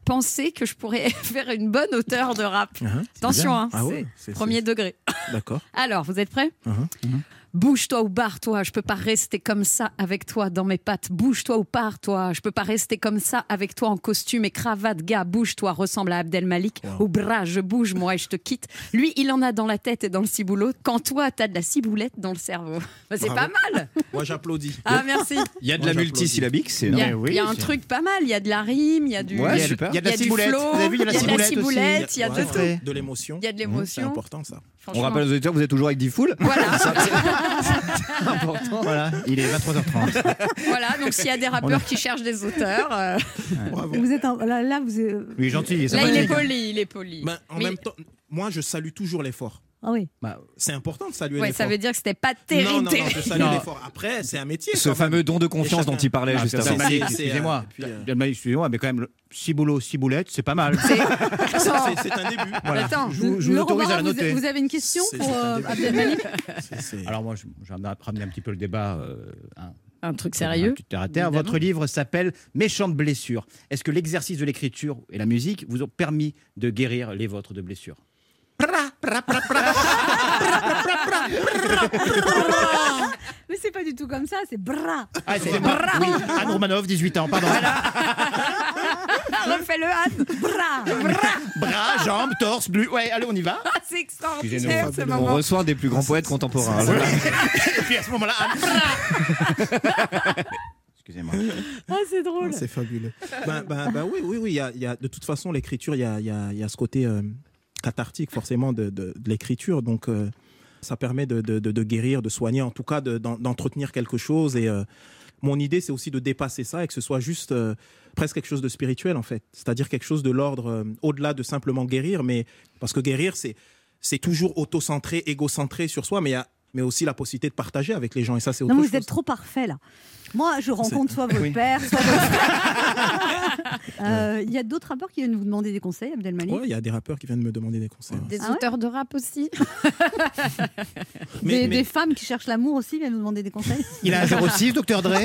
[SPEAKER 12] pensé que je pourrais faire une bonne auteur de rap.
[SPEAKER 17] Ah, c'est
[SPEAKER 12] Attention,
[SPEAKER 17] bien.
[SPEAKER 12] hein,
[SPEAKER 17] Ah ouais,
[SPEAKER 12] c'est
[SPEAKER 17] c'est-
[SPEAKER 12] premier degré.
[SPEAKER 17] D'accord.
[SPEAKER 12] Alors, vous êtes prêts
[SPEAKER 17] Uh-huh.
[SPEAKER 12] Bouge-toi ou barre-toi, je peux pas rester comme ça avec toi dans mes pattes. Bouge-toi ou pars-toi, je peux pas rester comme ça avec toi en costume et cravate. Gars, bouge-toi, ressemble à Abdel Malik. Au bras, je bouge, moi, et je te quitte. Lui, il en a dans la tête et dans le ciboulot. Quand toi, t'as de la ciboulette dans le cerveau. Bah, c'est pas
[SPEAKER 17] Bravo.
[SPEAKER 12] mal.
[SPEAKER 17] Moi, j'applaudis.
[SPEAKER 12] Ah, merci.
[SPEAKER 8] Il y a de
[SPEAKER 17] Moi,
[SPEAKER 8] la
[SPEAKER 17] j'applaudis.
[SPEAKER 8] multisyllabique, c'est
[SPEAKER 12] Il y a,
[SPEAKER 8] énorme.
[SPEAKER 12] il y a un truc pas mal, il y a de la rime, il y a du
[SPEAKER 8] Ouais,
[SPEAKER 12] il y a-
[SPEAKER 8] super.
[SPEAKER 12] il y a de la ciboulette,
[SPEAKER 8] Vous avez vu,
[SPEAKER 12] il y a de la ciboulette, il y a
[SPEAKER 17] Ouais,
[SPEAKER 12] de tout.
[SPEAKER 17] De l'émotion. Mmh,
[SPEAKER 12] Il y a de l'émotion.
[SPEAKER 17] C'est important, ça.
[SPEAKER 8] On rappelle aux auditeurs, vous êtes toujours avec Diffoul
[SPEAKER 12] Voilà.
[SPEAKER 1] Voilà, il est 23h30.
[SPEAKER 12] Voilà, donc s'il y a des rappeurs qui cherchent des auteurs, euh,
[SPEAKER 3] Vous êtes un- là, là, vous. êtes-
[SPEAKER 1] Il est gentil, il est
[SPEAKER 12] là il est hein.
[SPEAKER 1] sympathique.
[SPEAKER 12] poli, il est poli.
[SPEAKER 17] Ben, en
[SPEAKER 12] Mais-
[SPEAKER 17] même temps, moi, je salue toujours l'effort. Bah,
[SPEAKER 3] Ah oui.
[SPEAKER 17] c'est important de saluer
[SPEAKER 12] Ouais,
[SPEAKER 17] l'effort.
[SPEAKER 12] ça veut dire que c'était pas terrible.
[SPEAKER 17] Non, non, non, je salue
[SPEAKER 12] terrible.
[SPEAKER 17] l'effort. Après, c'est un métier.
[SPEAKER 8] Ce
[SPEAKER 17] quand même.
[SPEAKER 8] fameux don de confiance
[SPEAKER 17] Et chacun-
[SPEAKER 8] dont il parlait
[SPEAKER 17] Ah,
[SPEAKER 8] juste
[SPEAKER 17] c'est-
[SPEAKER 8] avant.
[SPEAKER 17] c'est-
[SPEAKER 8] Malik,
[SPEAKER 17] c'est-
[SPEAKER 1] Excusez-moi.
[SPEAKER 17] et puis, euh,
[SPEAKER 1] Abdelmalik, Excusez-moi, mais quand même, six boulots, six boulettes, c'est pas mal.
[SPEAKER 17] euh, ça, Ah, C'est c'est un début.
[SPEAKER 1] Voilà.
[SPEAKER 3] Attends,
[SPEAKER 1] Je vous- je vous
[SPEAKER 3] Laurent
[SPEAKER 1] autorise à
[SPEAKER 3] Barra,
[SPEAKER 1] la noter.
[SPEAKER 3] Vous, vous avez une question
[SPEAKER 1] C'est-
[SPEAKER 3] pour
[SPEAKER 1] c'est un
[SPEAKER 3] euh,
[SPEAKER 1] débat.
[SPEAKER 3] Abdelmalik
[SPEAKER 1] Alors moi, je- j'ai ramené un petit peu le débat. euh, hein.
[SPEAKER 12] Un truc
[SPEAKER 1] Un
[SPEAKER 12] sérieux.
[SPEAKER 1] petit terre à terre.
[SPEAKER 12] Évidemment.
[SPEAKER 1] Votre livre s'appelle Méchantes blessures. Est-ce que l'exercice de l'écriture et la musique vous ont permis de guérir les vôtres de blessures
[SPEAKER 3] Mais c'est pas du tout comme ça, c'est bra.
[SPEAKER 1] Ah, excusez-moi. Oui, Anne Romanov, 18 ans, pardon.
[SPEAKER 12] Refais-le, Anne.
[SPEAKER 3] Bra.
[SPEAKER 1] Bras, jambes, torse, bleu. Ouais, allez, on y va.
[SPEAKER 12] Ah, C'est extraordinaire
[SPEAKER 8] Excusez-nous.
[SPEAKER 12] ce
[SPEAKER 8] On
[SPEAKER 12] moment.
[SPEAKER 8] reçoit un des plus grands poètes contemporains.
[SPEAKER 1] Ah Ouais. Et puis à ce moment-là, Anne- Excusez-moi.
[SPEAKER 3] Ah, c'est drôle.
[SPEAKER 17] C'est fabuleux. Ben, ben- ben oui, oui, oui. il y a- il y a- de toute façon, l'écriture, il y a, il y a- il y a ce côté euh, cathartique, forcément, de, de- de l'écriture. Donc, euh, ça permet de, de- de- de guérir, de soigner, en tout cas, de- d'en- d'entretenir quelque chose. Et euh, mon idée, c'est aussi de dépasser ça et que ce soit juste euh, presque quelque chose de spirituel, en fait. C'est-à-dire quelque chose de l'ordre, euh, au-delà de simplement guérir, mais parce que guérir, c'est c'est toujours auto-centré, égocentré sur soi, mais il y a- mais aussi la possibilité de partager avec les gens. Et ça, c'est autre
[SPEAKER 3] Non, mais
[SPEAKER 17] chose.
[SPEAKER 3] vous êtes trop parfait là. Moi, je rencontre soit votre
[SPEAKER 17] Oui.
[SPEAKER 3] père, soit votre frère. Euh, Il y a d'autres rappeurs qui viennent vous demander des conseils, Abdelmalik.
[SPEAKER 17] Ouais, il y a des rappeurs qui viennent me demander des conseils.
[SPEAKER 12] Des
[SPEAKER 3] Ah ouais
[SPEAKER 12] auteurs de rap aussi.
[SPEAKER 3] des,
[SPEAKER 17] Mais- mais-
[SPEAKER 3] des femmes qui cherchent l'amour aussi viennent nous demander des conseils.
[SPEAKER 1] Il a un 06, docteur Dre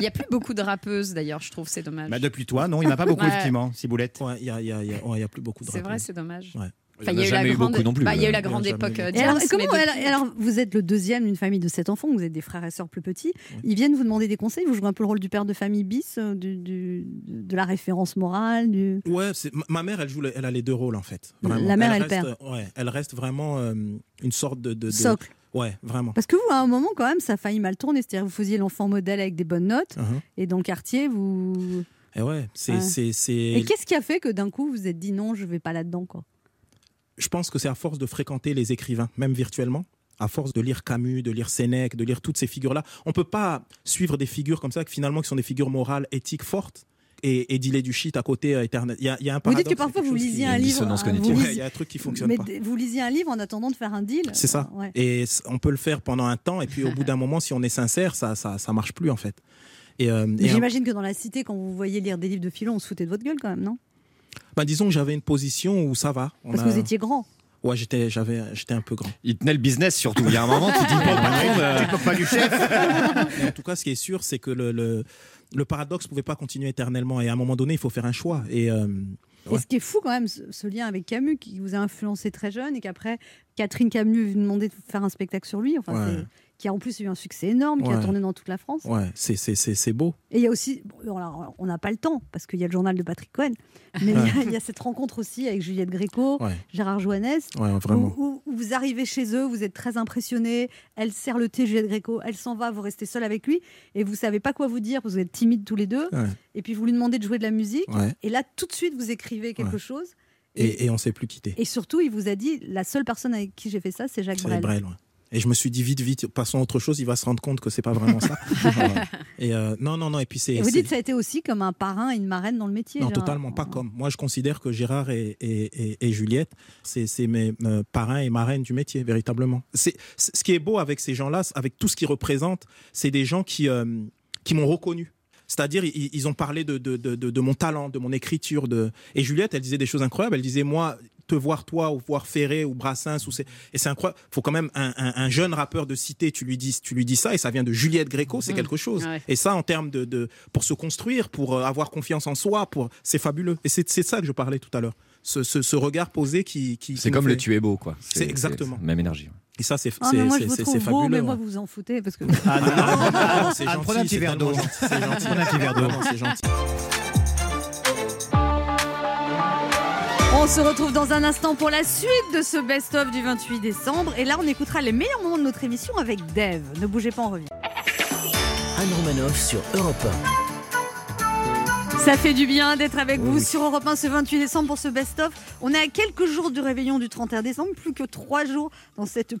[SPEAKER 12] Il n'y a plus beaucoup de rappeuses d'ailleurs, je trouve, c'est dommage.
[SPEAKER 1] bah, Depuis toi, non, il n'y en a pas beaucoup,
[SPEAKER 12] Ouais.
[SPEAKER 1] effectivement, Ciboulette.
[SPEAKER 17] Il n'y a, il y a- il y a- ouais, il y a plus beaucoup de
[SPEAKER 12] C'est
[SPEAKER 17] rappeurs.
[SPEAKER 12] vrai, c'est dommage.
[SPEAKER 17] Ouais.
[SPEAKER 12] Enfin,
[SPEAKER 8] Il y en a
[SPEAKER 12] la
[SPEAKER 8] jamais eu
[SPEAKER 12] grande-
[SPEAKER 8] beaucoup non plus,
[SPEAKER 12] bah, il y a eu la
[SPEAKER 8] il y en a
[SPEAKER 12] grande
[SPEAKER 8] jamais
[SPEAKER 12] époque.
[SPEAKER 8] eu.
[SPEAKER 12] euh,
[SPEAKER 3] Et alors,
[SPEAKER 12] Diams,
[SPEAKER 3] comment-
[SPEAKER 12] mais depuis-
[SPEAKER 3] alors- alors, vous êtes le deuxième d'une famille de sept enfants, vous êtes des frères et sœurs plus petits. Ils viennent vous demander des conseils, vous jouez un peu le rôle du père de famille bis, euh, du- du- de la référence morale. Du...
[SPEAKER 17] Ouais, c'est- ma- ma mère, elle joue, le- elle a les deux rôles en fait. Vraiment.
[SPEAKER 3] La mère et le
[SPEAKER 17] reste,
[SPEAKER 3] père.
[SPEAKER 17] euh, Ouais, elle reste vraiment euh, une sorte de, de- de-
[SPEAKER 3] Socle.
[SPEAKER 17] Ouais, vraiment.
[SPEAKER 3] Parce que vous, à un moment, quand même, ça a failli mal tourner. C'est-à-dire, vous faisiez l'enfant modèle avec des bonnes notes,
[SPEAKER 17] Uh-huh.
[SPEAKER 3] et dans le quartier, vous.
[SPEAKER 17] Et ouais, c'est,
[SPEAKER 3] Ouais.
[SPEAKER 17] c'est, c'est-
[SPEAKER 3] Et qu'est-ce qui a fait que d'un coup, vous vous êtes dit non, je vais pas là-dedans, quoi
[SPEAKER 17] Je pense que c'est à force de fréquenter les écrivains, même virtuellement. À force de lire Camus, de lire Sénèque, de lire toutes ces figures-là, on peut pas suivre des figures comme ça qui finalement qui sont des figures morales, éthiques fortes. Et, et dealer du shit à côté euh, éternel. Il y a, il y a un
[SPEAKER 3] Vous dites
[SPEAKER 17] paradoxe,
[SPEAKER 3] que parfois,
[SPEAKER 17] c'est quelque
[SPEAKER 3] vous
[SPEAKER 17] chose qui-
[SPEAKER 3] lisiez un livre. hein, vous
[SPEAKER 17] Ouais,
[SPEAKER 3] lisiez-
[SPEAKER 17] Il y a un truc qui fonctionne
[SPEAKER 3] mais
[SPEAKER 17] pas.
[SPEAKER 3] d- Vous lisiez un livre en attendant de faire un deal.
[SPEAKER 17] C'est ça.
[SPEAKER 3] Ouais.
[SPEAKER 17] Et c- on peut le faire pendant un temps, et puis au bout d'un moment, si on est sincère, ça, ça, ça marche plus en fait. Et, euh, et un-
[SPEAKER 3] J'imagine que dans la cité, quand vous voyez lire des livres de philo, on se foutait de votre gueule quand même, non
[SPEAKER 17] bah, disons que j'avais une position où ça va. On
[SPEAKER 3] Parce
[SPEAKER 17] a-
[SPEAKER 3] que vous étiez grand.
[SPEAKER 17] Ouais, j'étais, j'avais, j'étais un peu grand.
[SPEAKER 8] Il tenait le business surtout. Il y a un moment, tu te dis pas
[SPEAKER 1] Tu te moques pas du
[SPEAKER 17] chef. en tout cas, ce qui est sûr, c'est que le, le, le paradoxe pouvait pas continuer éternellement, et à un moment donné, il faut faire un choix. Et euh,
[SPEAKER 3] Et
[SPEAKER 17] ouais.
[SPEAKER 3] ce qui est fou quand même, ce, ce lien avec Camus qui vous a influencé très jeune et qu'après Catherine Camus vous demandait de faire un spectacle sur lui. Enfin,
[SPEAKER 17] Ouais.
[SPEAKER 3] c'est- qui a en plus eu un succès énorme, qui a
[SPEAKER 17] Ouais.
[SPEAKER 3] tourné dans toute la France.
[SPEAKER 17] Ouais, c'est- c'est c'est- c'est beau.
[SPEAKER 3] Et il y a aussi, bon, alors, on n'a pas le temps parce qu'il y a le journal de Patrick Cohen, mais il y a- il y, a cette rencontre aussi avec Juliette Gréco,
[SPEAKER 17] Ouais.
[SPEAKER 3] Gérard Joannès,
[SPEAKER 17] Ouais,
[SPEAKER 3] où-
[SPEAKER 17] vraiment.
[SPEAKER 3] Où, où vous arrivez chez eux, vous êtes très impressionné, elle sert le thé, Juliette Gréco, elle s'en va, vous restez seul avec lui et vous savez pas quoi vous dire, vous êtes timides tous les deux,
[SPEAKER 17] Ouais.
[SPEAKER 3] et puis vous lui demandez de jouer de la musique,
[SPEAKER 17] Ouais.
[SPEAKER 3] et là tout de suite vous écrivez quelque
[SPEAKER 17] Ouais.
[SPEAKER 3] chose.
[SPEAKER 17] Et, et on s'est plus quitté.
[SPEAKER 3] Et surtout, il vous a dit, la seule personne avec qui j'ai fait ça, c'est Jacques
[SPEAKER 17] C'est les
[SPEAKER 3] Brel.
[SPEAKER 17] Brel, ouais. Et je me suis dit vite, vite, passons à autre chose. Il va se rendre compte que c'est pas vraiment ça. et euh, non, non, non. Et puis c'est.
[SPEAKER 3] Et vous
[SPEAKER 17] c'est-
[SPEAKER 3] dites, ça a été aussi comme un parrain et une marraine dans le métier.
[SPEAKER 17] Non,
[SPEAKER 3] genre.
[SPEAKER 17] totalement pas comme. Moi, je considère que Gérard et, et- et- et Juliette, c'est c'est mes euh, parrains et marraines du métier, véritablement. C'est c'est- Ce qui est beau avec ces gens-là, c'est- avec tout ce qu'ils représentent, c'est des gens qui, euh, qui m'ont reconnu. C'est-à-dire, ils, ils ont parlé de, de, de- de- de mon talent, de mon écriture. De... Et Juliette, elle disait des choses incroyables. Elle disait, moi, te voir toi, ou voir Ferré, ou Brassens, ou c'est... Et c'est incroyable. faut quand même un, un- un jeune rappeur de cité, tu lui, dis, tu lui dis ça, et ça vient de Juliette Gréco, c'est
[SPEAKER 18] Mmh.
[SPEAKER 17] quelque chose.
[SPEAKER 18] Ouais.
[SPEAKER 17] Et ça, en termes de, de- pour se construire, pour euh, avoir confiance en soi, pour c'est fabuleux. Et c'est c'est ça que je parlais tout à l'heure. Ce, ce- ce regard posé qui. qui- qui
[SPEAKER 8] C'est
[SPEAKER 17] nous
[SPEAKER 8] comme
[SPEAKER 17] fait-
[SPEAKER 8] le tu es beau, quoi.
[SPEAKER 17] C'est exactement.
[SPEAKER 8] Même énergie.
[SPEAKER 17] Et ça, c'est
[SPEAKER 3] Ah,
[SPEAKER 17] c'est-
[SPEAKER 3] mais moi,
[SPEAKER 17] c'est-
[SPEAKER 3] je vous
[SPEAKER 17] c'est-
[SPEAKER 3] trouve
[SPEAKER 17] c'est
[SPEAKER 3] beau,
[SPEAKER 17] fabuleux. hein.
[SPEAKER 3] mais moi,
[SPEAKER 17] ouais.
[SPEAKER 3] vous vous en foutez parce que.
[SPEAKER 17] Ah, non, non, non, non, c'est
[SPEAKER 1] Ah, prenez un
[SPEAKER 17] gentil,
[SPEAKER 1] petit
[SPEAKER 17] c'est
[SPEAKER 1] verre d'eau.
[SPEAKER 17] tellement gentil, c'est gentil.
[SPEAKER 1] Prenez un petit verre d'eau.
[SPEAKER 17] Vraiment, c'est gentil.
[SPEAKER 3] On se retrouve dans un instant pour la suite de ce best-of du 28 décembre. Et là, on écoutera les meilleurs moments de notre émission avec Dev. Ne bougez pas, on revient.
[SPEAKER 2] Anne Romanoff sur Europe
[SPEAKER 3] Ça fait du bien d'être avec
[SPEAKER 2] Oui,
[SPEAKER 3] vous
[SPEAKER 2] oui.
[SPEAKER 3] sur Europe 1 ce 28 décembre pour ce best-of. On est à quelques jours du réveillon du 31 décembre, plus que trois jours dans cette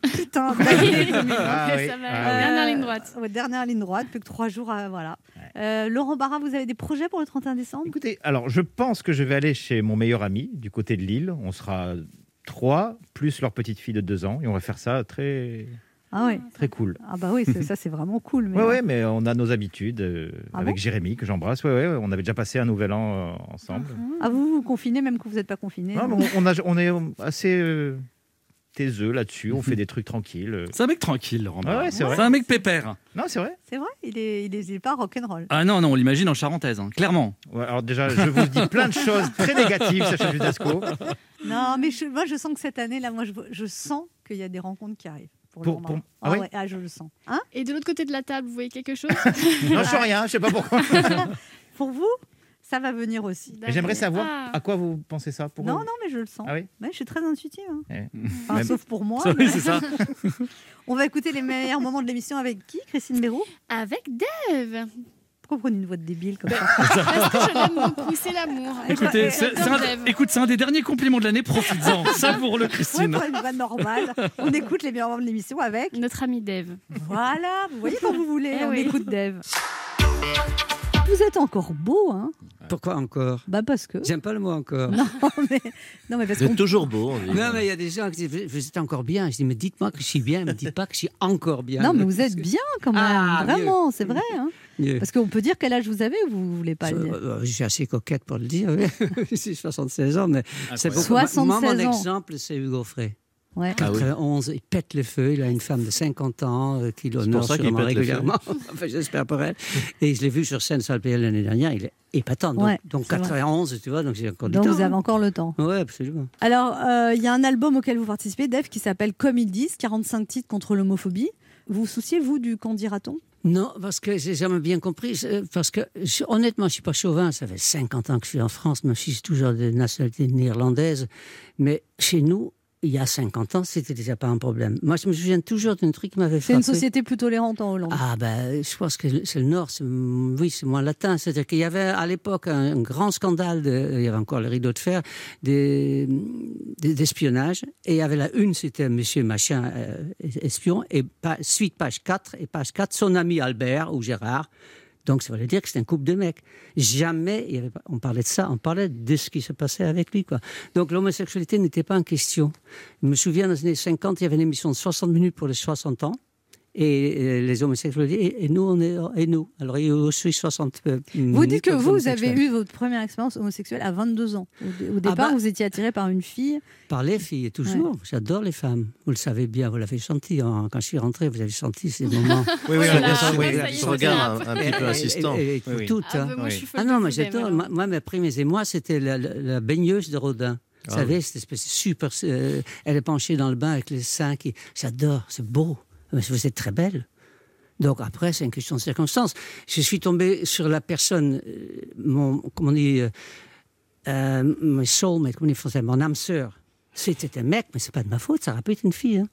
[SPEAKER 3] putain d'année.
[SPEAKER 1] Ah oui,
[SPEAKER 3] Euh,
[SPEAKER 1] ah oui.
[SPEAKER 5] Dernière ligne droite.
[SPEAKER 3] ouais, dernière ligne droite, plus que trois jours, à- voilà. Euh, Laurent Barra, vous avez des projets pour le 31 décembre
[SPEAKER 1] Écoutez, alors je pense que je vais aller chez mon meilleur ami du côté de Lille. On sera trois, plus leur petite fille de deux ans, et on va faire ça très,
[SPEAKER 3] Ah ouais.
[SPEAKER 1] très cool.
[SPEAKER 3] Ah bah oui, c'est- ça c'est vraiment cool. Mais euh,
[SPEAKER 1] Ouais, ouais, mais on a nos habitudes euh,
[SPEAKER 3] Ah
[SPEAKER 1] avec
[SPEAKER 3] bon
[SPEAKER 1] Jérémy, que j'embrasse. Ouais, ouais, on avait déjà passé un nouvel an euh, ensemble.
[SPEAKER 3] Ah, vous vous confinez même que vous n'êtes pas confiné.
[SPEAKER 1] Non, mais on, on a- on est assez euh, taiseux là-dessus. On fait des trucs tranquilles.
[SPEAKER 4] C'est un mec tranquille, Laurent.
[SPEAKER 1] Ouais, ouais, c'est vrai.
[SPEAKER 4] un mec pépère.
[SPEAKER 1] Non, c'est vrai.
[SPEAKER 3] C'est vrai, il n'est il est, il est pas rock'n'roll.
[SPEAKER 4] Ah non, non, on l'imagine en charentaise, hein, clairement.
[SPEAKER 1] alors déjà, je vous dis plein de choses très négatives, sachez Judasco.
[SPEAKER 3] Non, mais je, moi je sens que cette année là, moi je, je sens qu'il y a des rencontres qui arrivent. Pour,
[SPEAKER 1] Pour-
[SPEAKER 3] le moment.
[SPEAKER 1] pour- ah oui
[SPEAKER 3] ouais, ah, je le sens.
[SPEAKER 5] Et de l'autre côté de la table, vous voyez quelque chose
[SPEAKER 1] Non, je sais rien, je sais pas pourquoi.
[SPEAKER 3] Pour vous, ça va venir aussi.
[SPEAKER 1] Et J'aimerais savoir
[SPEAKER 5] Ah.
[SPEAKER 1] à quoi vous pensez ça pour
[SPEAKER 3] Non,
[SPEAKER 1] vous.
[SPEAKER 3] non, mais je le sens.
[SPEAKER 1] Ah oui
[SPEAKER 3] Ouais, je suis très intuitive. hein.
[SPEAKER 1] Eh.
[SPEAKER 3] Enfin,
[SPEAKER 1] Même-
[SPEAKER 3] Sauf pour moi.
[SPEAKER 1] Oui,
[SPEAKER 3] mais-
[SPEAKER 1] c'est ça.
[SPEAKER 3] On va écouter les meilleurs moments de l'émission avec qui, Christine Béroux
[SPEAKER 5] Avec Dave. Bah,
[SPEAKER 3] Pourquoi vous prenez une voix de débile comme ça
[SPEAKER 5] Parce que je l'aime beaucoup, c'est l'amour.
[SPEAKER 4] Écoutez, c'est c'est
[SPEAKER 5] J'adore
[SPEAKER 4] un,
[SPEAKER 5] Dave.
[SPEAKER 4] écoute, c'est un des derniers compliments de l'année, profites-en. Savoure-le,
[SPEAKER 3] Ouais,
[SPEAKER 4] Christine.
[SPEAKER 3] pour une voix normale. On écoute les meilleurs moments de l'émission avec
[SPEAKER 5] notre ami Dave.
[SPEAKER 3] Voilà, vous voyez quand vous voulez,
[SPEAKER 5] Eh
[SPEAKER 3] on
[SPEAKER 5] oui.
[SPEAKER 3] écoute Dave. Vous êtes encore beau, hein
[SPEAKER 19] Pourquoi encore
[SPEAKER 3] Bah parce que.
[SPEAKER 19] J'aime pas le mot encore.
[SPEAKER 3] Non, mais, non, mais parce qu'on
[SPEAKER 19] toujours beau. Non, mais il y a des gens qui disent Vous- Vous êtes encore bien. Je dis Mais dites-moi que je suis bien, mais dites pas que je suis encore bien.
[SPEAKER 3] Non, mais vous êtes bien quand même,
[SPEAKER 19] Ah,
[SPEAKER 3] vraiment,
[SPEAKER 19] mieux.
[SPEAKER 3] c'est vrai. hein.
[SPEAKER 19] Mieux.
[SPEAKER 3] Parce qu'on peut dire quel âge vous avez ou vous voulez pas le dire.
[SPEAKER 19] Euh, euh, Je suis assez coquette pour le dire. J'ai 76 ans, mais c'est beaucoup. Moi,
[SPEAKER 3] 76
[SPEAKER 19] mon
[SPEAKER 3] ans.
[SPEAKER 19] exemple, c'est Hugo Frey.
[SPEAKER 3] Ouais.
[SPEAKER 19] Ah oui. 91, il pète le feu. Il a une femme de 50 ans euh, qui l'honore
[SPEAKER 18] ça qu'il
[SPEAKER 19] sûrement
[SPEAKER 18] pète le feu.
[SPEAKER 19] régulièrement. enfin, j'espère pour elle. Et je l'ai vu sur scène sur le PL l'année dernière. Il est épatant. Donc,
[SPEAKER 3] Ouais,
[SPEAKER 19] donc
[SPEAKER 3] c'est vrai.
[SPEAKER 19] 91, tu vois, donc j'ai encore
[SPEAKER 3] Donc
[SPEAKER 19] du temps.
[SPEAKER 3] vous avez encore le temps.
[SPEAKER 19] Oui, absolument.
[SPEAKER 3] Alors, euh, il y a un album auquel vous participez, Dave, qui s'appelle Comme ils disent, 45 titres contre l'homophobie. Vous vous souciez-vous du qu'en dira-t-on
[SPEAKER 19] Non, parce que j'ai jamais bien compris. c'est- Parce que, je- honnêtement, je suis pas chauvin. Ça fait 50 ans que je suis en France, même si j'ai toujours de nationalité néerlandaise. Mais chez nous, il y a 50 ans, c'était déjà pas un problème. Moi, je me souviens toujours d'un truc qui m'avait
[SPEAKER 3] C'est
[SPEAKER 19] frappé.
[SPEAKER 3] une société plus tolérante en Hollande.
[SPEAKER 19] Ah ben, je pense que c'est le Nord, c'est- oui, c'est moins latin. C'est-à-dire qu'il y avait à l'époque un, un grand scandale, de- il y avait encore le rideau de fer, des- des- d'espionnage. et il y avait la une, c'était Monsieur Machin, euh, espion, et pa- suite page 4, et page 4, son ami Albert ou Gérard. Donc ça voulait dire que c'était un couple de mecs. Jamais, il y avait pas- on parlait de ça, on parlait de ce qui se passait avec lui. Quoi. Donc l'homosexualité n'était pas en question. Je me souviens, dans les années 50, il y avait une émission de 60 minutes pour les 60 ans et euh, les homosexuels disaient, et, et nous on est et nous alors il y a aussi 60 euh,
[SPEAKER 3] Vous dites
[SPEAKER 19] minutes
[SPEAKER 3] que
[SPEAKER 19] aux
[SPEAKER 3] vous
[SPEAKER 19] homosexuels.
[SPEAKER 3] avez eu votre première expérience homosexuelle à 22 ans. Au, dé- au départ,
[SPEAKER 19] bah.
[SPEAKER 3] vous étiez attiré par une fille.
[SPEAKER 19] par les filles toujours j'adore les femmes vous le savez bien vous l'avez senti hein. quand je suis rentré vous avez senti ces moments
[SPEAKER 18] Oui, oui, on a bien
[SPEAKER 19] Ah,
[SPEAKER 18] senti, oui,
[SPEAKER 19] vous l'avez
[SPEAKER 18] ce
[SPEAKER 19] senti.
[SPEAKER 18] regard un- un petit peu
[SPEAKER 19] Et- et-
[SPEAKER 18] insistant.
[SPEAKER 19] et- et-
[SPEAKER 18] Oui, oui.
[SPEAKER 19] toutes
[SPEAKER 18] Ah,
[SPEAKER 19] hein.
[SPEAKER 18] mais moi, je suis folle
[SPEAKER 19] ah
[SPEAKER 18] de
[SPEAKER 19] non moi
[SPEAKER 18] vous, Damien,
[SPEAKER 19] j'adore
[SPEAKER 18] alors.
[SPEAKER 19] moi moi, mes premiers émois c'était la, la- la baigneuse de Rodin vous
[SPEAKER 18] Ah
[SPEAKER 19] savez
[SPEAKER 18] oui.
[SPEAKER 19] cette espèce de super euh, elle est penchée dans le bain avec les seins qui j'adore c'est beau Vous êtes très belle. Donc après, c'est une question de circonstance. Je suis tombé sur la personne, euh, mon, comment on dit, euh, euh, mon soulmate, comment on dit en français, mon âme sœur. C'était un mec, mais c'est pas de ma faute, ça aurait pu être une fille. hein.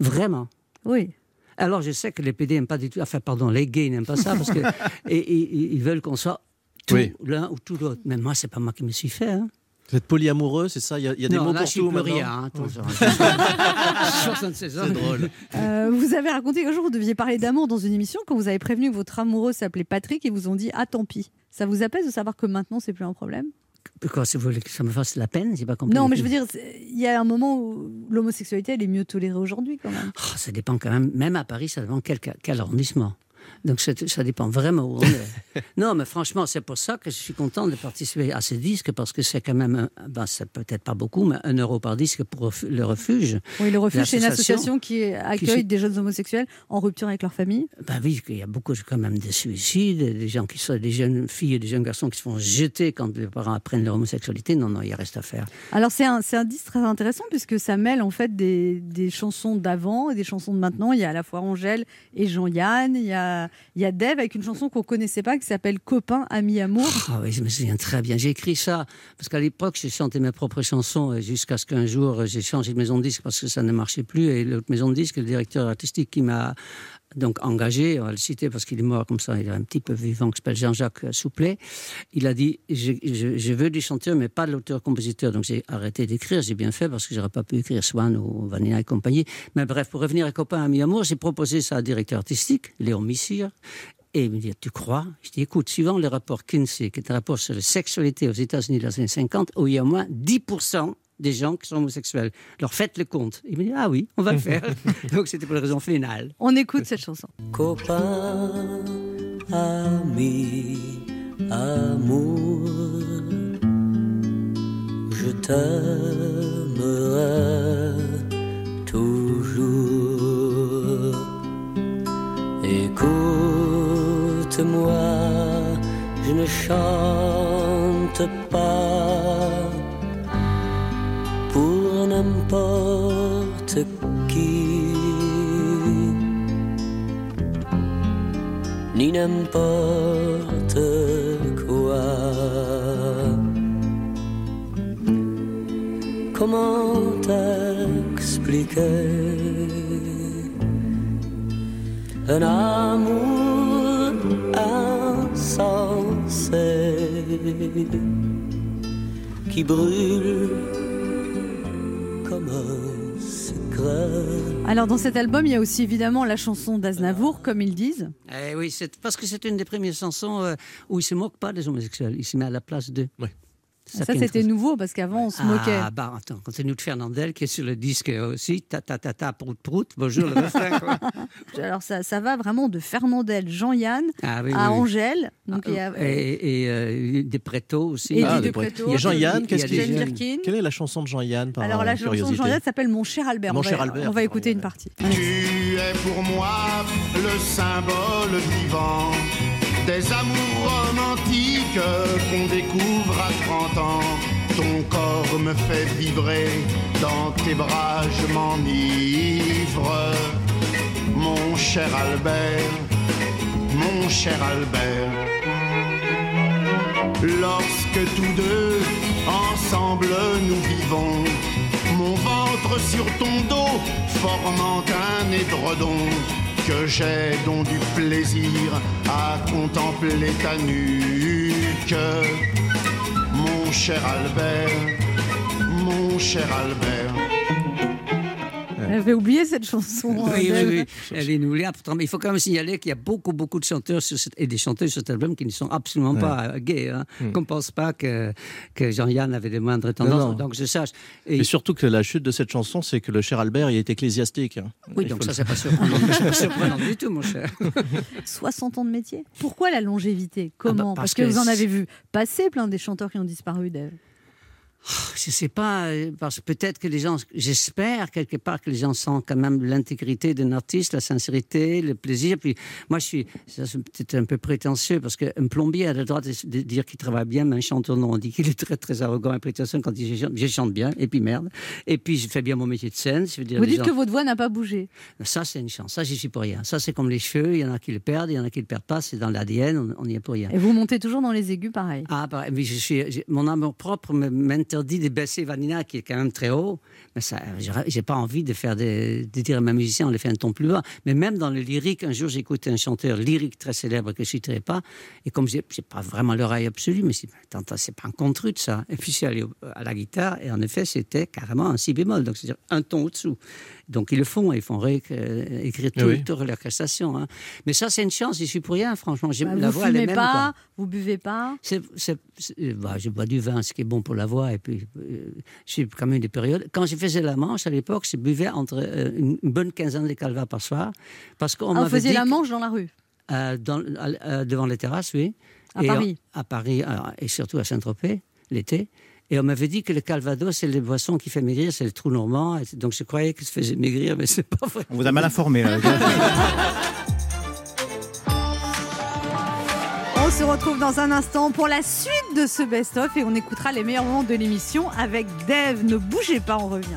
[SPEAKER 19] Vraiment. Oui. Alors je sais que les PD n'aiment pas du tout, enfin pardon, les gays n'aiment pas ça, parce que et- et- et ils veulent qu'on soit tout
[SPEAKER 18] Oui.
[SPEAKER 19] l'un ou tout l'autre. Mais moi, c'est pas moi qui me suis fait. hein.
[SPEAKER 18] Vous êtes polyamoureux, c'est ça Il y a, il y a des
[SPEAKER 19] Non,
[SPEAKER 18] mots
[SPEAKER 19] là,
[SPEAKER 18] pour
[SPEAKER 19] je suis
[SPEAKER 18] tout
[SPEAKER 19] plus
[SPEAKER 18] maintenant
[SPEAKER 19] rien, hein,
[SPEAKER 18] Ouais.
[SPEAKER 19] Ah. 76 ans.
[SPEAKER 18] C'est drôle.
[SPEAKER 3] Euh, vous avez raconté qu'un jour vous deviez parler d'amour dans une émission quand vous avez prévenu que votre amoureux s'appelait Patrick et vous ont dit ah tant pis. Ça vous apaise de savoir que maintenant c'est plus un problème
[SPEAKER 19] Pourquoi si vous voulez que ça me fasse la peine J'ai pas compris.
[SPEAKER 3] Non, mais je veux dire, c'est- il y a un moment où l'homosexualité elle est mieux tolérée aujourd'hui quand même.
[SPEAKER 19] Ah, ça dépend quand même, même à Paris, ça dépend quel, ca- quel arrondissement. Donc ça, ça dépend vraiment où on est. non, mais franchement, c'est pour ça que je suis content de participer à ce disque, parce que c'est quand même, un- ben, c'est peut-être pas beaucoup, mais un euro par disque pour refu- le refuge.
[SPEAKER 3] Oui, le refuge c'est une
[SPEAKER 19] L'association.
[SPEAKER 3] association qui accueille
[SPEAKER 19] se-
[SPEAKER 3] des jeunes homosexuels en rupture avec leur famille.
[SPEAKER 19] Ben oui, il y a beaucoup quand même de suicides, des gens qui sont des jeunes filles et des jeunes garçons qui se font jeter quand les parents apprennent leur homosexualité. Non, non, il reste à faire.
[SPEAKER 3] Alors c'est un, c'est un disque très intéressant puisque ça mêle en fait des, des chansons d'avant et des chansons de maintenant. Il y a à la fois Angèle et Jean-Yann, il y a, il y a Dave avec une chanson qu'on connaissait pas qui s'appelle Copain, Ami, Amour.
[SPEAKER 19] Ah oui, je me souviens très bien. J'ai écrit ça parce qu'à l'époque, j'ai chanté mes propres chansons euh, jusqu'à ce qu'un jour, euh, j'ai changé de maison de disque parce que ça ne marchait plus. Et l'autre maison de disque, le directeur artistique qui m'a donc engagé, on va le citer parce qu'il est mort comme ça, il est un petit peu vivant, qui s'appelle Jean-Jacques euh, Souplet, il a dit je, je- je veux du chanteur, mais pas de l'auteur-compositeur. Donc j'ai arrêté d'écrire, j'ai bien fait parce que j'aurais pas pu écrire Swan ou Vanilla et compagnie. Mais bref, pour revenir à Copain Ami Amour, j'ai proposé ça à un directeur artistique, Léon Missire, et il me dit, Ah, tu crois Je dis, écoute, suivant le rapport Kinsey, qui est un rapport sur la sexualité aux États-Unis dans les années 50, où il y a au moins 10% des gens qui sont homosexuels. Alors faites le compte. Il me dit, ah oui, on va le faire. Donc c'était pour la raison finale.
[SPEAKER 3] On écoute cette chanson.
[SPEAKER 2] Copain, ami, amour, je t'aimerai toujours. Écoute-moi, je ne chante pas pour n'importe qui ni n'importe quoi. Comment t'expliquer un amour insensé qui brûle comme un secret?
[SPEAKER 3] Alors dans cet album, il y a aussi évidemment la chanson d'Aznavour, comme ils disent.
[SPEAKER 19] Eh oui, c'est parce que c'est une des premières chansons euh, où il ne se moque pas des homosexuels. Il se met à la place d'eux.
[SPEAKER 3] Ah, Ça,
[SPEAKER 19] qui est
[SPEAKER 3] c'était nouveau parce qu'avant on se moquait.
[SPEAKER 19] Ah, bah attends, continue de Fernandel qui est sur le disque euh, aussi. Ta ta ta ta, prout prout. Bonjour le refrain, quoi.
[SPEAKER 3] Alors ça, ça va vraiment de Fernandel, Jean-Yann
[SPEAKER 19] Ah oui,
[SPEAKER 3] à
[SPEAKER 19] oui, oui.
[SPEAKER 3] Angèle. Donc, il y a-
[SPEAKER 19] Et, et, euh, des prétos aussi.
[SPEAKER 3] Et Ah, des des Pretto. Pretto.
[SPEAKER 18] Il y a Jean-Yann,
[SPEAKER 3] Il y
[SPEAKER 18] qu'est-ce
[SPEAKER 3] a
[SPEAKER 18] qu'il
[SPEAKER 3] Jane Birkin.
[SPEAKER 18] Quelle est la chanson de Jean-Yann par
[SPEAKER 19] euh,
[SPEAKER 3] Alors la chanson de
[SPEAKER 18] curiosité
[SPEAKER 3] Jean-Yann s'appelle Mon cher Albert.
[SPEAKER 18] Mon
[SPEAKER 3] on va,
[SPEAKER 18] cher Albert.
[SPEAKER 3] on va écouter une partie.
[SPEAKER 20] Tu es pour moi le symbole vivant des amours romantiques qu'on découvre à 30 ans. Ton corps me fait vibrer, dans tes bras je m'enivre. Mon cher Albert, mon cher Albert. Lorsque tous deux ensemble nous vivons, mon ventre sur ton dos formant un édredon, que j'ai donc du plaisir à contempler ta nuque. Mon cher Albert, mon cher Albert.
[SPEAKER 3] J'avais oublié cette chanson. hein,
[SPEAKER 19] Oui, oui,
[SPEAKER 3] d'elle.
[SPEAKER 19] oui. Elle est inoubliable. Pourtant, mais il faut quand même signaler qu'il y a beaucoup, beaucoup de chanteurs sur cet- et des chanteuses sur cet album qui ne sont absolument
[SPEAKER 18] Ouais.
[SPEAKER 19] pas euh, gays. Hein.
[SPEAKER 18] Hmm.
[SPEAKER 19] Qu'on ne pense pas que, que Jean-Yann avait des moindres tendances.
[SPEAKER 18] non.
[SPEAKER 19] Donc, je sache. Et-
[SPEAKER 18] Et surtout que la chute de cette chanson, c'est que le cher Albert, il est ecclésiastique. hein.
[SPEAKER 19] oui,
[SPEAKER 18] Il
[SPEAKER 19] donc
[SPEAKER 18] faut
[SPEAKER 19] ça,
[SPEAKER 18] le-
[SPEAKER 19] c'est pas surprenant. C'est pas surprenant du tout, mon cher.
[SPEAKER 3] 60 ans de métier. Pourquoi la longévité Comment
[SPEAKER 19] Ah bah, parce
[SPEAKER 3] Parce que
[SPEAKER 19] que
[SPEAKER 3] vous en
[SPEAKER 19] c'est-
[SPEAKER 3] avez vu passer plein des chanteurs qui ont disparu, Dave.
[SPEAKER 19] je sais pas, euh, parce que peut-être que les gens, j'espère quelque part que les gens sentent quand même l'intégrité d'un artiste, la sincérité, le plaisir. Puis moi, je suis, ça c'est peut-être un peu prétentieux parce qu'un plombier a le droit de, de dire qu'il travaille bien, mais un chanteur non. On dit qu'il est très très arrogant et prétentieux quand il dit je chante- je chante bien, et puis merde. Et puis je fais bien mon métier de scène. Je veux dire,
[SPEAKER 12] Vous
[SPEAKER 19] les
[SPEAKER 12] dites
[SPEAKER 19] gens-
[SPEAKER 12] que votre voix n'a pas bougé.
[SPEAKER 19] ça, c'est une chance. Ça, j'y suis pour rien. Ça, c'est comme les cheveux. Il y en a qui le perdent, il y en a qui le perdent pas. C'est dans l'ADN. on- On n'y est pour rien.
[SPEAKER 12] Et vous montez toujours dans les aigus, pareil.
[SPEAKER 19] Ah, bah, mais je suis, j'ai- mon amour propre me- m'interdit de baisser Vanina, qui est quand même très haut. Mais ça, j'aurais- j'ai pas envie de faire des- de dire à ma musicienne, on les fait un ton plus bas. Mais même dans le lyrique, un jour, j'écoute un chanteur lyrique très célèbre que je citerai pas. Et comme j'ai, j'ai pas vraiment l'oreille absolue, mais c'est, attends, attends, c'est pas un contre ça. Et puis, je suis allé au- à la guitare, et en effet, c'était carrément un si bémol. Donc, c'est-à-dire un ton au-dessous. Donc, ils le font, ils font ré- euh, écrire
[SPEAKER 12] Ah
[SPEAKER 19] tout,
[SPEAKER 12] oui.
[SPEAKER 19] toute leur prestation, hein. Mais ça, c'est une chance, je suis pour rien, franchement. J'ai,
[SPEAKER 12] Bah,
[SPEAKER 19] la
[SPEAKER 12] vous
[SPEAKER 19] voix, elle est
[SPEAKER 12] fumez
[SPEAKER 19] même, quoi.
[SPEAKER 12] pas, vous buvez pas.
[SPEAKER 19] C'est, c'est- c'est- euh, bah, je bois du vin, ce qui est bon pour la voix. Et puis, euh, j'ai quand même eu des périodes. Quand je faisais la manche à l'époque, je buvais entre euh, une une bonne quinzaine de calvas par soir. Parce qu'on
[SPEAKER 12] Ah, vous
[SPEAKER 19] m'avait
[SPEAKER 12] faisiez
[SPEAKER 19] dit
[SPEAKER 12] la
[SPEAKER 19] que-
[SPEAKER 12] manche dans la rue.
[SPEAKER 19] euh, dans- à- euh, devant les terrasses, oui.
[SPEAKER 12] À
[SPEAKER 19] Et
[SPEAKER 12] Paris.
[SPEAKER 19] on- à Paris, alors, et surtout à Saint-Tropez, l'été. Et on m'avait dit que le calvados, c'est les boissons qui fait maigrir, c'est le trou normand. Et donc je croyais que ça faisait maigrir, mais c'est pas vrai.
[SPEAKER 1] On vous a mal informé. Là.
[SPEAKER 3] On se retrouve dans un instant pour la suite de ce best-of et on écoutera les meilleurs moments de l'émission avec Dave. Ne bougez pas, on revient.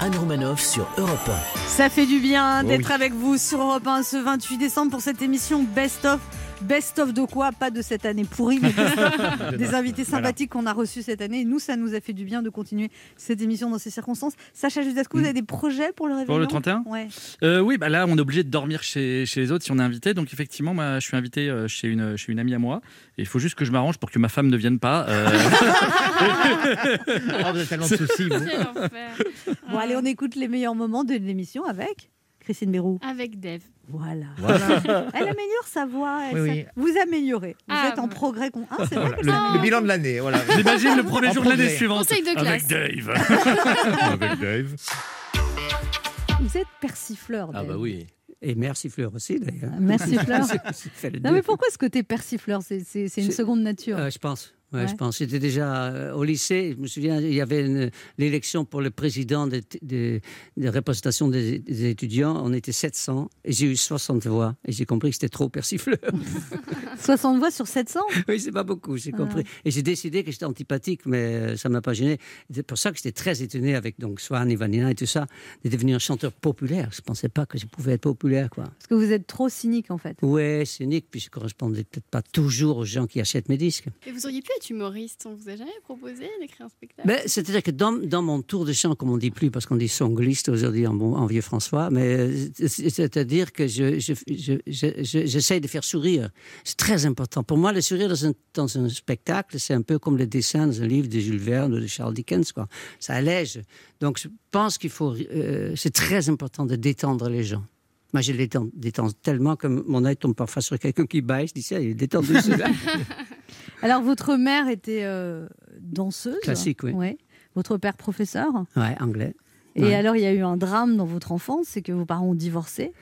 [SPEAKER 2] Anne Romanoff sur Europe
[SPEAKER 3] Ça fait du bien
[SPEAKER 2] Oh
[SPEAKER 3] d'être
[SPEAKER 2] oui.
[SPEAKER 3] avec vous sur Europe 1 ce 28 décembre pour cette émission Best of. Best of de quoi Pas de cette année pourrie, mais des- des invités
[SPEAKER 12] Voilà.
[SPEAKER 3] sympathiques qu'on a reçus cette année. Et nous, ça nous a fait du bien de continuer cette émission dans ces circonstances. Sacha Judasco, vous avez des projets pour le réveillon
[SPEAKER 4] Pour le 31
[SPEAKER 3] Ouais.
[SPEAKER 4] Euh, Oui, bah là, on est obligé de dormir chez, chez les autres si on est invité. Donc, effectivement, moi, je suis invité euh, chez une, chez une amie à moi. Et il faut juste que je m'arrange pour que ma femme ne vienne pas. euh.
[SPEAKER 7] Ah.
[SPEAKER 19] Oh,
[SPEAKER 1] vous avez tellement de soucis, vous. Quel
[SPEAKER 3] Bon, allez, on écoute les meilleurs moments de l'émission avec Christine Béroux.
[SPEAKER 5] Avec Dave.
[SPEAKER 3] Voilà.
[SPEAKER 5] Voilà.
[SPEAKER 3] Elle améliore sa voix. elle
[SPEAKER 5] Oui,
[SPEAKER 3] s'a-
[SPEAKER 5] oui.
[SPEAKER 3] Vous améliorez. Vous
[SPEAKER 5] Ah,
[SPEAKER 3] êtes en progrès. con- Ah, c'est vrai
[SPEAKER 6] Voilà,
[SPEAKER 3] que
[SPEAKER 6] le,
[SPEAKER 3] ça
[SPEAKER 6] le bilan de l'année, voilà.
[SPEAKER 4] J'imagine le premier
[SPEAKER 6] En
[SPEAKER 4] jour de l'année
[SPEAKER 6] progrès.
[SPEAKER 4] suivante.
[SPEAKER 3] Conseil de classe.
[SPEAKER 4] Avec Dave.
[SPEAKER 6] Avec Dave.
[SPEAKER 3] Vous êtes persifleur.
[SPEAKER 19] Ah,
[SPEAKER 3] Dave.
[SPEAKER 19] bah oui. Et merci Fleur aussi, d'ailleurs.
[SPEAKER 12] Merci, Fleur.
[SPEAKER 19] Fait les
[SPEAKER 12] Non,
[SPEAKER 19] deux.
[SPEAKER 12] mais pourquoi ce côté persifleur C'est- C'est c'est une
[SPEAKER 19] C'est-
[SPEAKER 12] seconde nature.
[SPEAKER 19] Euh, je pense. Ouais,
[SPEAKER 12] Ouais.
[SPEAKER 19] je pense. J'étais déjà euh, au lycée. Je me souviens, il y avait une- l'élection pour le président de, de, de représentation des, des étudiants. On était 700 et j'ai eu 60 voix. Et j'ai compris que c'était trop persifleur.
[SPEAKER 3] 60 voix sur 700
[SPEAKER 19] oui, c'est pas beaucoup, j'ai
[SPEAKER 12] Ah.
[SPEAKER 19] compris. Et j'ai décidé que j'étais antipathique, mais euh, ça m'a pas gêné. C'est pour ça que j'étais très étonné avec donc Swan et Vanina et tout ça, de devenir un chanteur populaire. Je pensais pas que je pouvais être populaire, quoi.
[SPEAKER 12] Parce que vous êtes trop cynique, en fait.
[SPEAKER 19] Ouais, c'est unique, puis je correspondais peut-être pas toujours aux gens qui achètent mes disques.
[SPEAKER 5] Et vous auriez pu être humoriste, on vous a jamais proposé d'écrire un spectacle
[SPEAKER 19] Ben, C'est-à-dire que dans, dans mon tour de chant, comme on dit plus, parce qu'on dit songliste aujourd'hui en, bon, en vieux François, mais euh, c'est- c'est-à-dire que je- je- je- je- je- j'essaye de faire sourire. C'est très important. Pour moi, le sourire dans un, dans un spectacle, c'est un peu comme le dessin dans un livre de Jules Verne ou de Charles Dickens. Quoi. Ça allège. Donc je pense qu'il faut... euh, c'est très important de détendre les gens. Moi, je les détends, détends tellement que mon œil tombe parfois sur quelqu'un qui baille. Je dis ça, il est détendu celui-là.
[SPEAKER 12] Alors, votre mère était euh, danseuse.
[SPEAKER 19] Classique, oui.
[SPEAKER 12] Ouais. Votre père, professeur.
[SPEAKER 19] Ouais, anglais.
[SPEAKER 12] Et
[SPEAKER 19] Ouais.
[SPEAKER 12] alors, il y a eu un drame dans votre enfance, c'est que vos parents ont divorcé.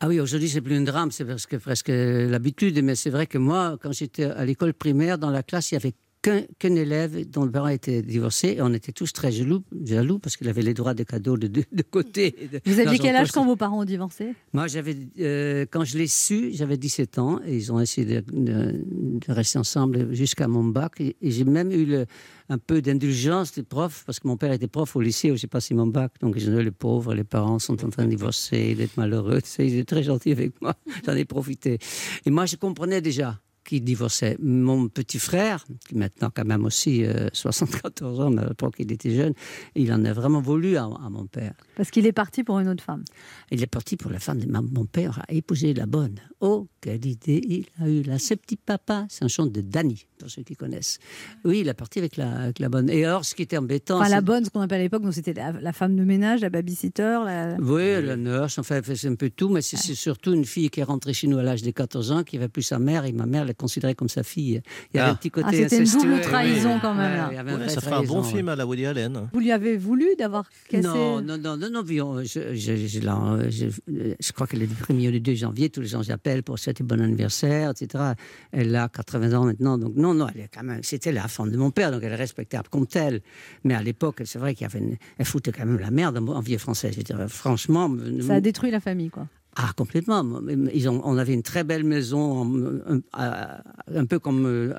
[SPEAKER 19] Ah oui, aujourd'hui, c'est plus un drame, c'est parce que presque l'habitude. Mais c'est vrai que moi, quand j'étais à l'école primaire, dans la classe, il y avait qu'un qu'un élève dont le parent était divorcé et on était tous très jaloux, jaloux parce qu'il avait les droits de cadeaux de deux de côté.
[SPEAKER 12] Vous aviez quel âge
[SPEAKER 19] quand
[SPEAKER 12] quand vos parents ont divorcé
[SPEAKER 19] moi, j'avais, euh, quand je l'ai su, j'avais 17 ans et ils ont essayé de, de- de rester ensemble jusqu'à mon bac. Et, et j'ai même eu le- un peu d'indulgence des profs parce que mon père était prof au lycée où j'ai passé mon bac. Donc, je les pauvres, les parents sont en train de divorcer, d'être malheureux. Tu sais, ils étaient très gentils avec moi. J'en ai profité. Et moi, je comprenais déjà qu'ils divorçaient. Mon petit frère, qui maintenant quand même aussi euh, 74 ans, mais à l'époque il était jeune, il en a vraiment voulu à- à mon père.
[SPEAKER 12] Parce qu'il est parti pour une autre femme.
[SPEAKER 19] Il est parti pour la femme de ma- mon père, a épousé la bonne. Oh, quelle idée il a eu là, ce petit papa. C'est un chant de Dany, pour ceux qui connaissent. Oui, il est parti avec la, avec la bonne. Et alors, ce qui était embêtant.
[SPEAKER 12] Enfin, la
[SPEAKER 19] c'est-
[SPEAKER 12] bonne, ce qu'on appelle à l'époque, donc c'était la, la femme de ménage, la babysitter. La...
[SPEAKER 19] Oui, la nurse, enfin, elle faisait un peu tout, mais c'est c'est surtout une fille qui est rentrée chez nous à l'âge de 14 ans, qui avait plus sa mère, et ma mère, elle considérée comme sa fille. Il y avait
[SPEAKER 3] Ah.
[SPEAKER 19] un petit
[SPEAKER 3] Ah,
[SPEAKER 19] côté
[SPEAKER 3] c'était une
[SPEAKER 19] incestueux.
[SPEAKER 3] double trahison
[SPEAKER 19] Oui.
[SPEAKER 3] quand même,
[SPEAKER 19] Ouais,
[SPEAKER 3] là.
[SPEAKER 19] il y avait un
[SPEAKER 3] Ouais,
[SPEAKER 19] vrai
[SPEAKER 3] ça ferait un bon
[SPEAKER 19] trahison,
[SPEAKER 3] film hein. à la Woody Allen. Vous lui avez voulu d'avoir cassé.
[SPEAKER 19] Non, non, non, non, non, puis on- je, je- je l'en- je- je crois qu'elle est du 1er ou du 2 janvier, tous les gens j'appelle pour souhaiter bon anniversaire, etc. Elle a 80 ans maintenant, donc non, non, elle est quand même, c'était la femme de mon père, donc elle est respectable comme telle. Mais à l'époque, c'est vrai qu'il y avait une- elle foutait quand même la merde en, en vieille française. Je veux dire, franchement.
[SPEAKER 3] Ça a détruit la famille, quoi.
[SPEAKER 19] Ah, complètement. Ils ont, on avait une très belle maison, un, un- un peu comme, euh,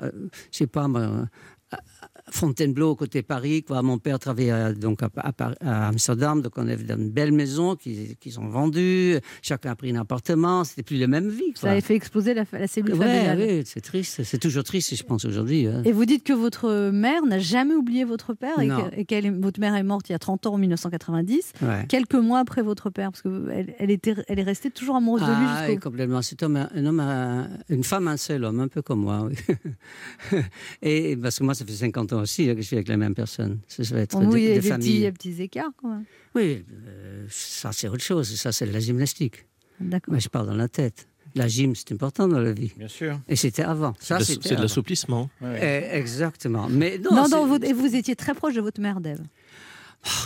[SPEAKER 19] je sais pas, moi, à- à Fontainebleau, côté Paris. Quoi. Mon père travaillait à- donc à, à Par- à Amsterdam, donc on avait dans une belle maison qu'ils qu'ils ont vendue. Chacun a pris un appartement. C'était plus la même vie.
[SPEAKER 3] Ça
[SPEAKER 19] Quoi.
[SPEAKER 3] avait fait exploser la, fa- la cellule
[SPEAKER 19] Ouais,
[SPEAKER 3] familiale.
[SPEAKER 19] ouais, c'est triste. C'est toujours triste, je pense, aujourd'hui. hein.
[SPEAKER 3] Et vous dites que votre mère n'a jamais oublié votre père et,
[SPEAKER 19] Non.
[SPEAKER 3] que, et qu'elle est- votre mère est morte il y a 30 ans en 1990,
[SPEAKER 19] Ouais.
[SPEAKER 3] quelques mois après votre père, parce qu'elle elle était, elle est restée toujours amoureuse de lui
[SPEAKER 19] Ah,
[SPEAKER 3] jusqu'au
[SPEAKER 19] oui, complètement. C'est un, un homme, à- une femme, un seul homme, un peu comme moi. oui. et parce que moi, ça fait 50 ans aussi hein, que je suis avec la même personne. Ça, ça va être
[SPEAKER 3] Bon, Oh,
[SPEAKER 19] des,
[SPEAKER 3] oui, il y a
[SPEAKER 19] des
[SPEAKER 3] des petits, il y
[SPEAKER 19] familles.
[SPEAKER 3] a des petits écarts quand même.
[SPEAKER 19] Oui, euh, ça c'est autre chose. Ça c'est de la gymnastique.
[SPEAKER 3] D'accord.
[SPEAKER 19] Mais je parle dans la tête. La gym, c'est important dans la vie. Bien
[SPEAKER 1] sûr.
[SPEAKER 19] Et c'était avant. Ça,
[SPEAKER 20] de-
[SPEAKER 19] c'était
[SPEAKER 20] c'est de
[SPEAKER 19] avant.
[SPEAKER 20] l'assouplissement.
[SPEAKER 19] Ouais, ouais. Eh, Exactement. Mais non,
[SPEAKER 3] Non,
[SPEAKER 19] c'est-
[SPEAKER 3] non, vous, et vous étiez très proche de votre mère, Dave.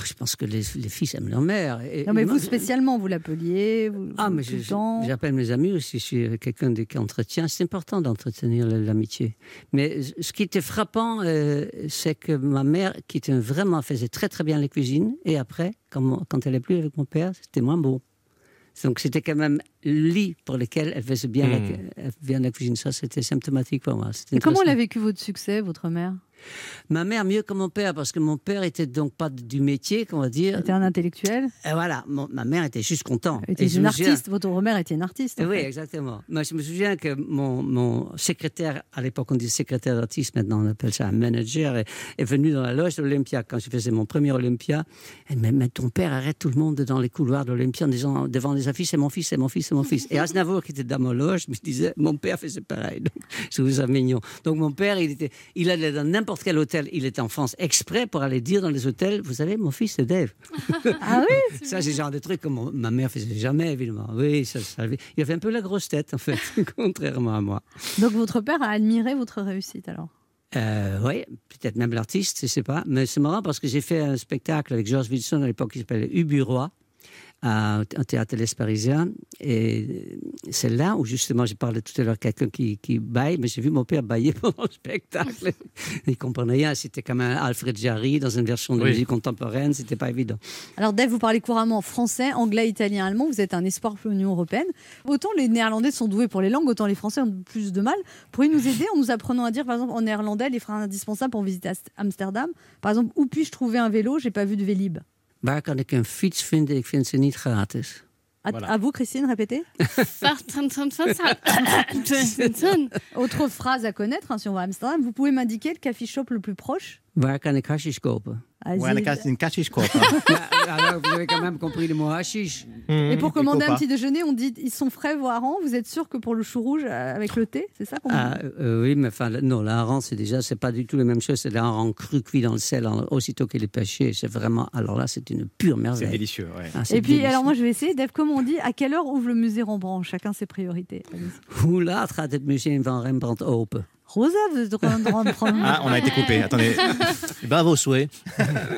[SPEAKER 19] je pense que les, les filles aiment leur mère. Et-
[SPEAKER 3] Non, mais
[SPEAKER 19] et moi,
[SPEAKER 3] vous spécialement, vous l'appeliez. Vous,
[SPEAKER 19] Ah,
[SPEAKER 3] vous-
[SPEAKER 19] mais
[SPEAKER 3] tout
[SPEAKER 19] je-
[SPEAKER 3] le temps.
[SPEAKER 19] je- j'appelle mes amis aussi. Je suis quelqu'un de- qui entretient. C'est important d'entretenir l- l'amitié. Mais ce qui était frappant, euh, c'est que ma mère, qui était vraiment faisait très très bien la cuisine, et après, quand, mon- quand elle est plus avec mon père, c'était moins beau. Donc c'était quand même le lit pour lequel elle faisait bien, la,
[SPEAKER 3] Hmm.
[SPEAKER 19] elle faisait bien la cuisine. Ça, c'était symptomatique pour moi. C'était
[SPEAKER 3] Et comment elle
[SPEAKER 19] intéressant.
[SPEAKER 3] a vécu votre succès, votre mère
[SPEAKER 19] Euh, Ma mère mieux que mon père, parce que mon père était donc pas du métier, qu'on va dire.
[SPEAKER 3] C'était un intellectuel
[SPEAKER 19] Et voilà, mon- ma mère était juste contente.
[SPEAKER 3] Elle était
[SPEAKER 19] Et je
[SPEAKER 3] une
[SPEAKER 19] me souviens-
[SPEAKER 3] artiste, votre mère était une artiste. en
[SPEAKER 19] oui,
[SPEAKER 3] fait.
[SPEAKER 19] exactement. Moi, je me souviens que mon, mon secrétaire, à l'époque on dit secrétaire d'artiste, maintenant on appelle ça un manager, est, est venu dans la loge de l'Olympia quand je faisais mon premier Olympia. Et mais, mais ton père arrête tout le monde dans les couloirs de l'Olympia en disant devant les affiches, c'est mon fils, c'est mon fils, c'est mon fils. Et Aznavour, qui était dans ma loge, me disait, mon père faisait pareil. Donc, je trouve ça mignon. Donc mon père, il, était, il allait dans n'importe quel hôtel, il était en France exprès pour aller dire dans les hôtels, vous savez, mon fils, c'est Dave.
[SPEAKER 3] Ah oui
[SPEAKER 19] Ça, c'est le genre de truc que mon- ma mère faisait jamais, évidemment. Oui, ça, ça- il avait un peu la grosse tête, en fait, contrairement à moi.
[SPEAKER 3] Donc votre père a admiré votre réussite alors
[SPEAKER 19] Euh, oui, peut-être même l'artiste, je ne sais pas. Mais c'est marrant parce que j'ai fait un spectacle avec Georges Wilson à l'époque qui s'appelait Uburoi, à- au théâtre Les Parisien. Et c'est là où justement, j'ai parlé tout à l'heure de quelqu'un qui, qui baille, mais j'ai vu mon père bailler pendant le spectacle. Il comprenait rien. C'était comme un Alfred Jarry dans une version de
[SPEAKER 3] Oui.
[SPEAKER 19] musique contemporaine. C'était pas évident.
[SPEAKER 3] Alors Dave, vous parlez couramment français, anglais, italien, allemand, vous êtes un espoir pour l'Union Européenne. Autant les Néerlandais sont doués pour les langues, autant les Français ont plus de mal. Pourriez-vous nous aider en nous apprenant à dire, par exemple, en néerlandais, les freins indispensables pour visiter Ast- Amsterdam Par exemple, où puis-je trouver un vélo J'ai pas vu de Vélib.
[SPEAKER 19] Waar kan ik een fiets vinden? Ik vind ze niet gratis.
[SPEAKER 3] À, à vous, Christine, répétez. Autre phrase à connaître, hein, si on va à Amsterdam, vous pouvez m'indiquer le coffee shop le plus proche
[SPEAKER 19] Waar kan ik hashish kopen?
[SPEAKER 3] Waar Waar ik hashish-
[SPEAKER 1] une cassis quoi.
[SPEAKER 19] Alors, Ah, vous avez quand même compris le mot hashish.
[SPEAKER 3] Et
[SPEAKER 1] Mmh.
[SPEAKER 3] pour commander un petit déjeuner, on dit ils sont frais, voire en. Vous êtes sûr que pour le chou rouge euh, avec le thé, c'est ça qu'on
[SPEAKER 19] Ah, euh, oui, mais enfin, le- non, la hareng, c'est déjà, c'est pas du tout la même chose. C'est la hareng crue cuit dans le sel, en- aussitôt qu'elle est pêchée. C'est vraiment, alors là, c'est une pure merveille.
[SPEAKER 1] C'est délicieux, ouais.
[SPEAKER 19] Ah, c'est
[SPEAKER 3] Et puis,
[SPEAKER 19] délicieux.
[SPEAKER 3] alors moi, je vais essayer. Dave, comme on dit, à quelle heure ouvre le musée Rembrandt Chacun ses priorités.
[SPEAKER 19] Hoe laat gaat het museum van Rembrandt open?
[SPEAKER 3] Rosa veut Rembrandt.
[SPEAKER 1] Ah, on a été coupé, attendez.
[SPEAKER 20] Bah, vos souhaits.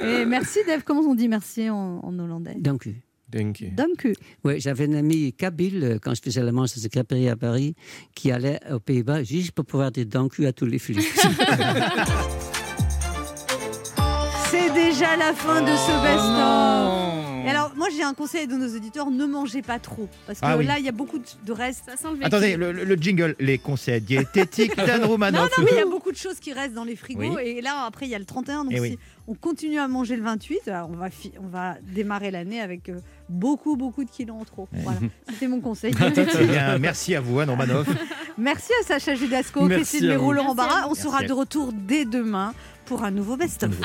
[SPEAKER 3] Et merci, Dave. Comment on dit merci en, en hollandais
[SPEAKER 19] Dank u.
[SPEAKER 20] Dank u.
[SPEAKER 3] Dank u.
[SPEAKER 19] Oui, j'avais un ami kabyle, euh, quand je faisais la manche de crêperie à Paris, qui allait aux Pays-Bas juste pour pouvoir dire dank u à tous les Philippes.
[SPEAKER 13] C'est déjà la fin de ce
[SPEAKER 1] Oh,
[SPEAKER 13] best-of. Et Alors, moi, j'ai un conseil de nos auditeurs ne mangez pas trop. Parce que
[SPEAKER 1] Ah oui.
[SPEAKER 13] là, il y a beaucoup de- de restes.
[SPEAKER 1] Attendez, le, le- le jingle, les conseils diététiques d'Anne
[SPEAKER 13] Non, non,
[SPEAKER 1] Romanoff.
[SPEAKER 13] mais il y a beaucoup de choses qui restent dans les frigos.
[SPEAKER 1] Oui.
[SPEAKER 13] Et là, après, il y a le 31. Donc,
[SPEAKER 1] Eh
[SPEAKER 13] si
[SPEAKER 1] oui.
[SPEAKER 13] on continue à manger le 28, alors on va, fi- on va démarrer l'année avec euh, beaucoup, beaucoup de kilos en trop. Voilà. C'était mon conseil.
[SPEAKER 1] Eh bien, merci à vous, Anne Romanoff.
[SPEAKER 13] Merci à Sacha Judasco,
[SPEAKER 1] Merci
[SPEAKER 13] Christine
[SPEAKER 1] à vous.
[SPEAKER 13] Leroux, Laurent
[SPEAKER 1] Merci à
[SPEAKER 13] Barra.
[SPEAKER 1] vous.
[SPEAKER 13] On sera
[SPEAKER 1] Merci à
[SPEAKER 13] de
[SPEAKER 1] vous. Ah.
[SPEAKER 13] retour dès demain pour un nouveau best-of.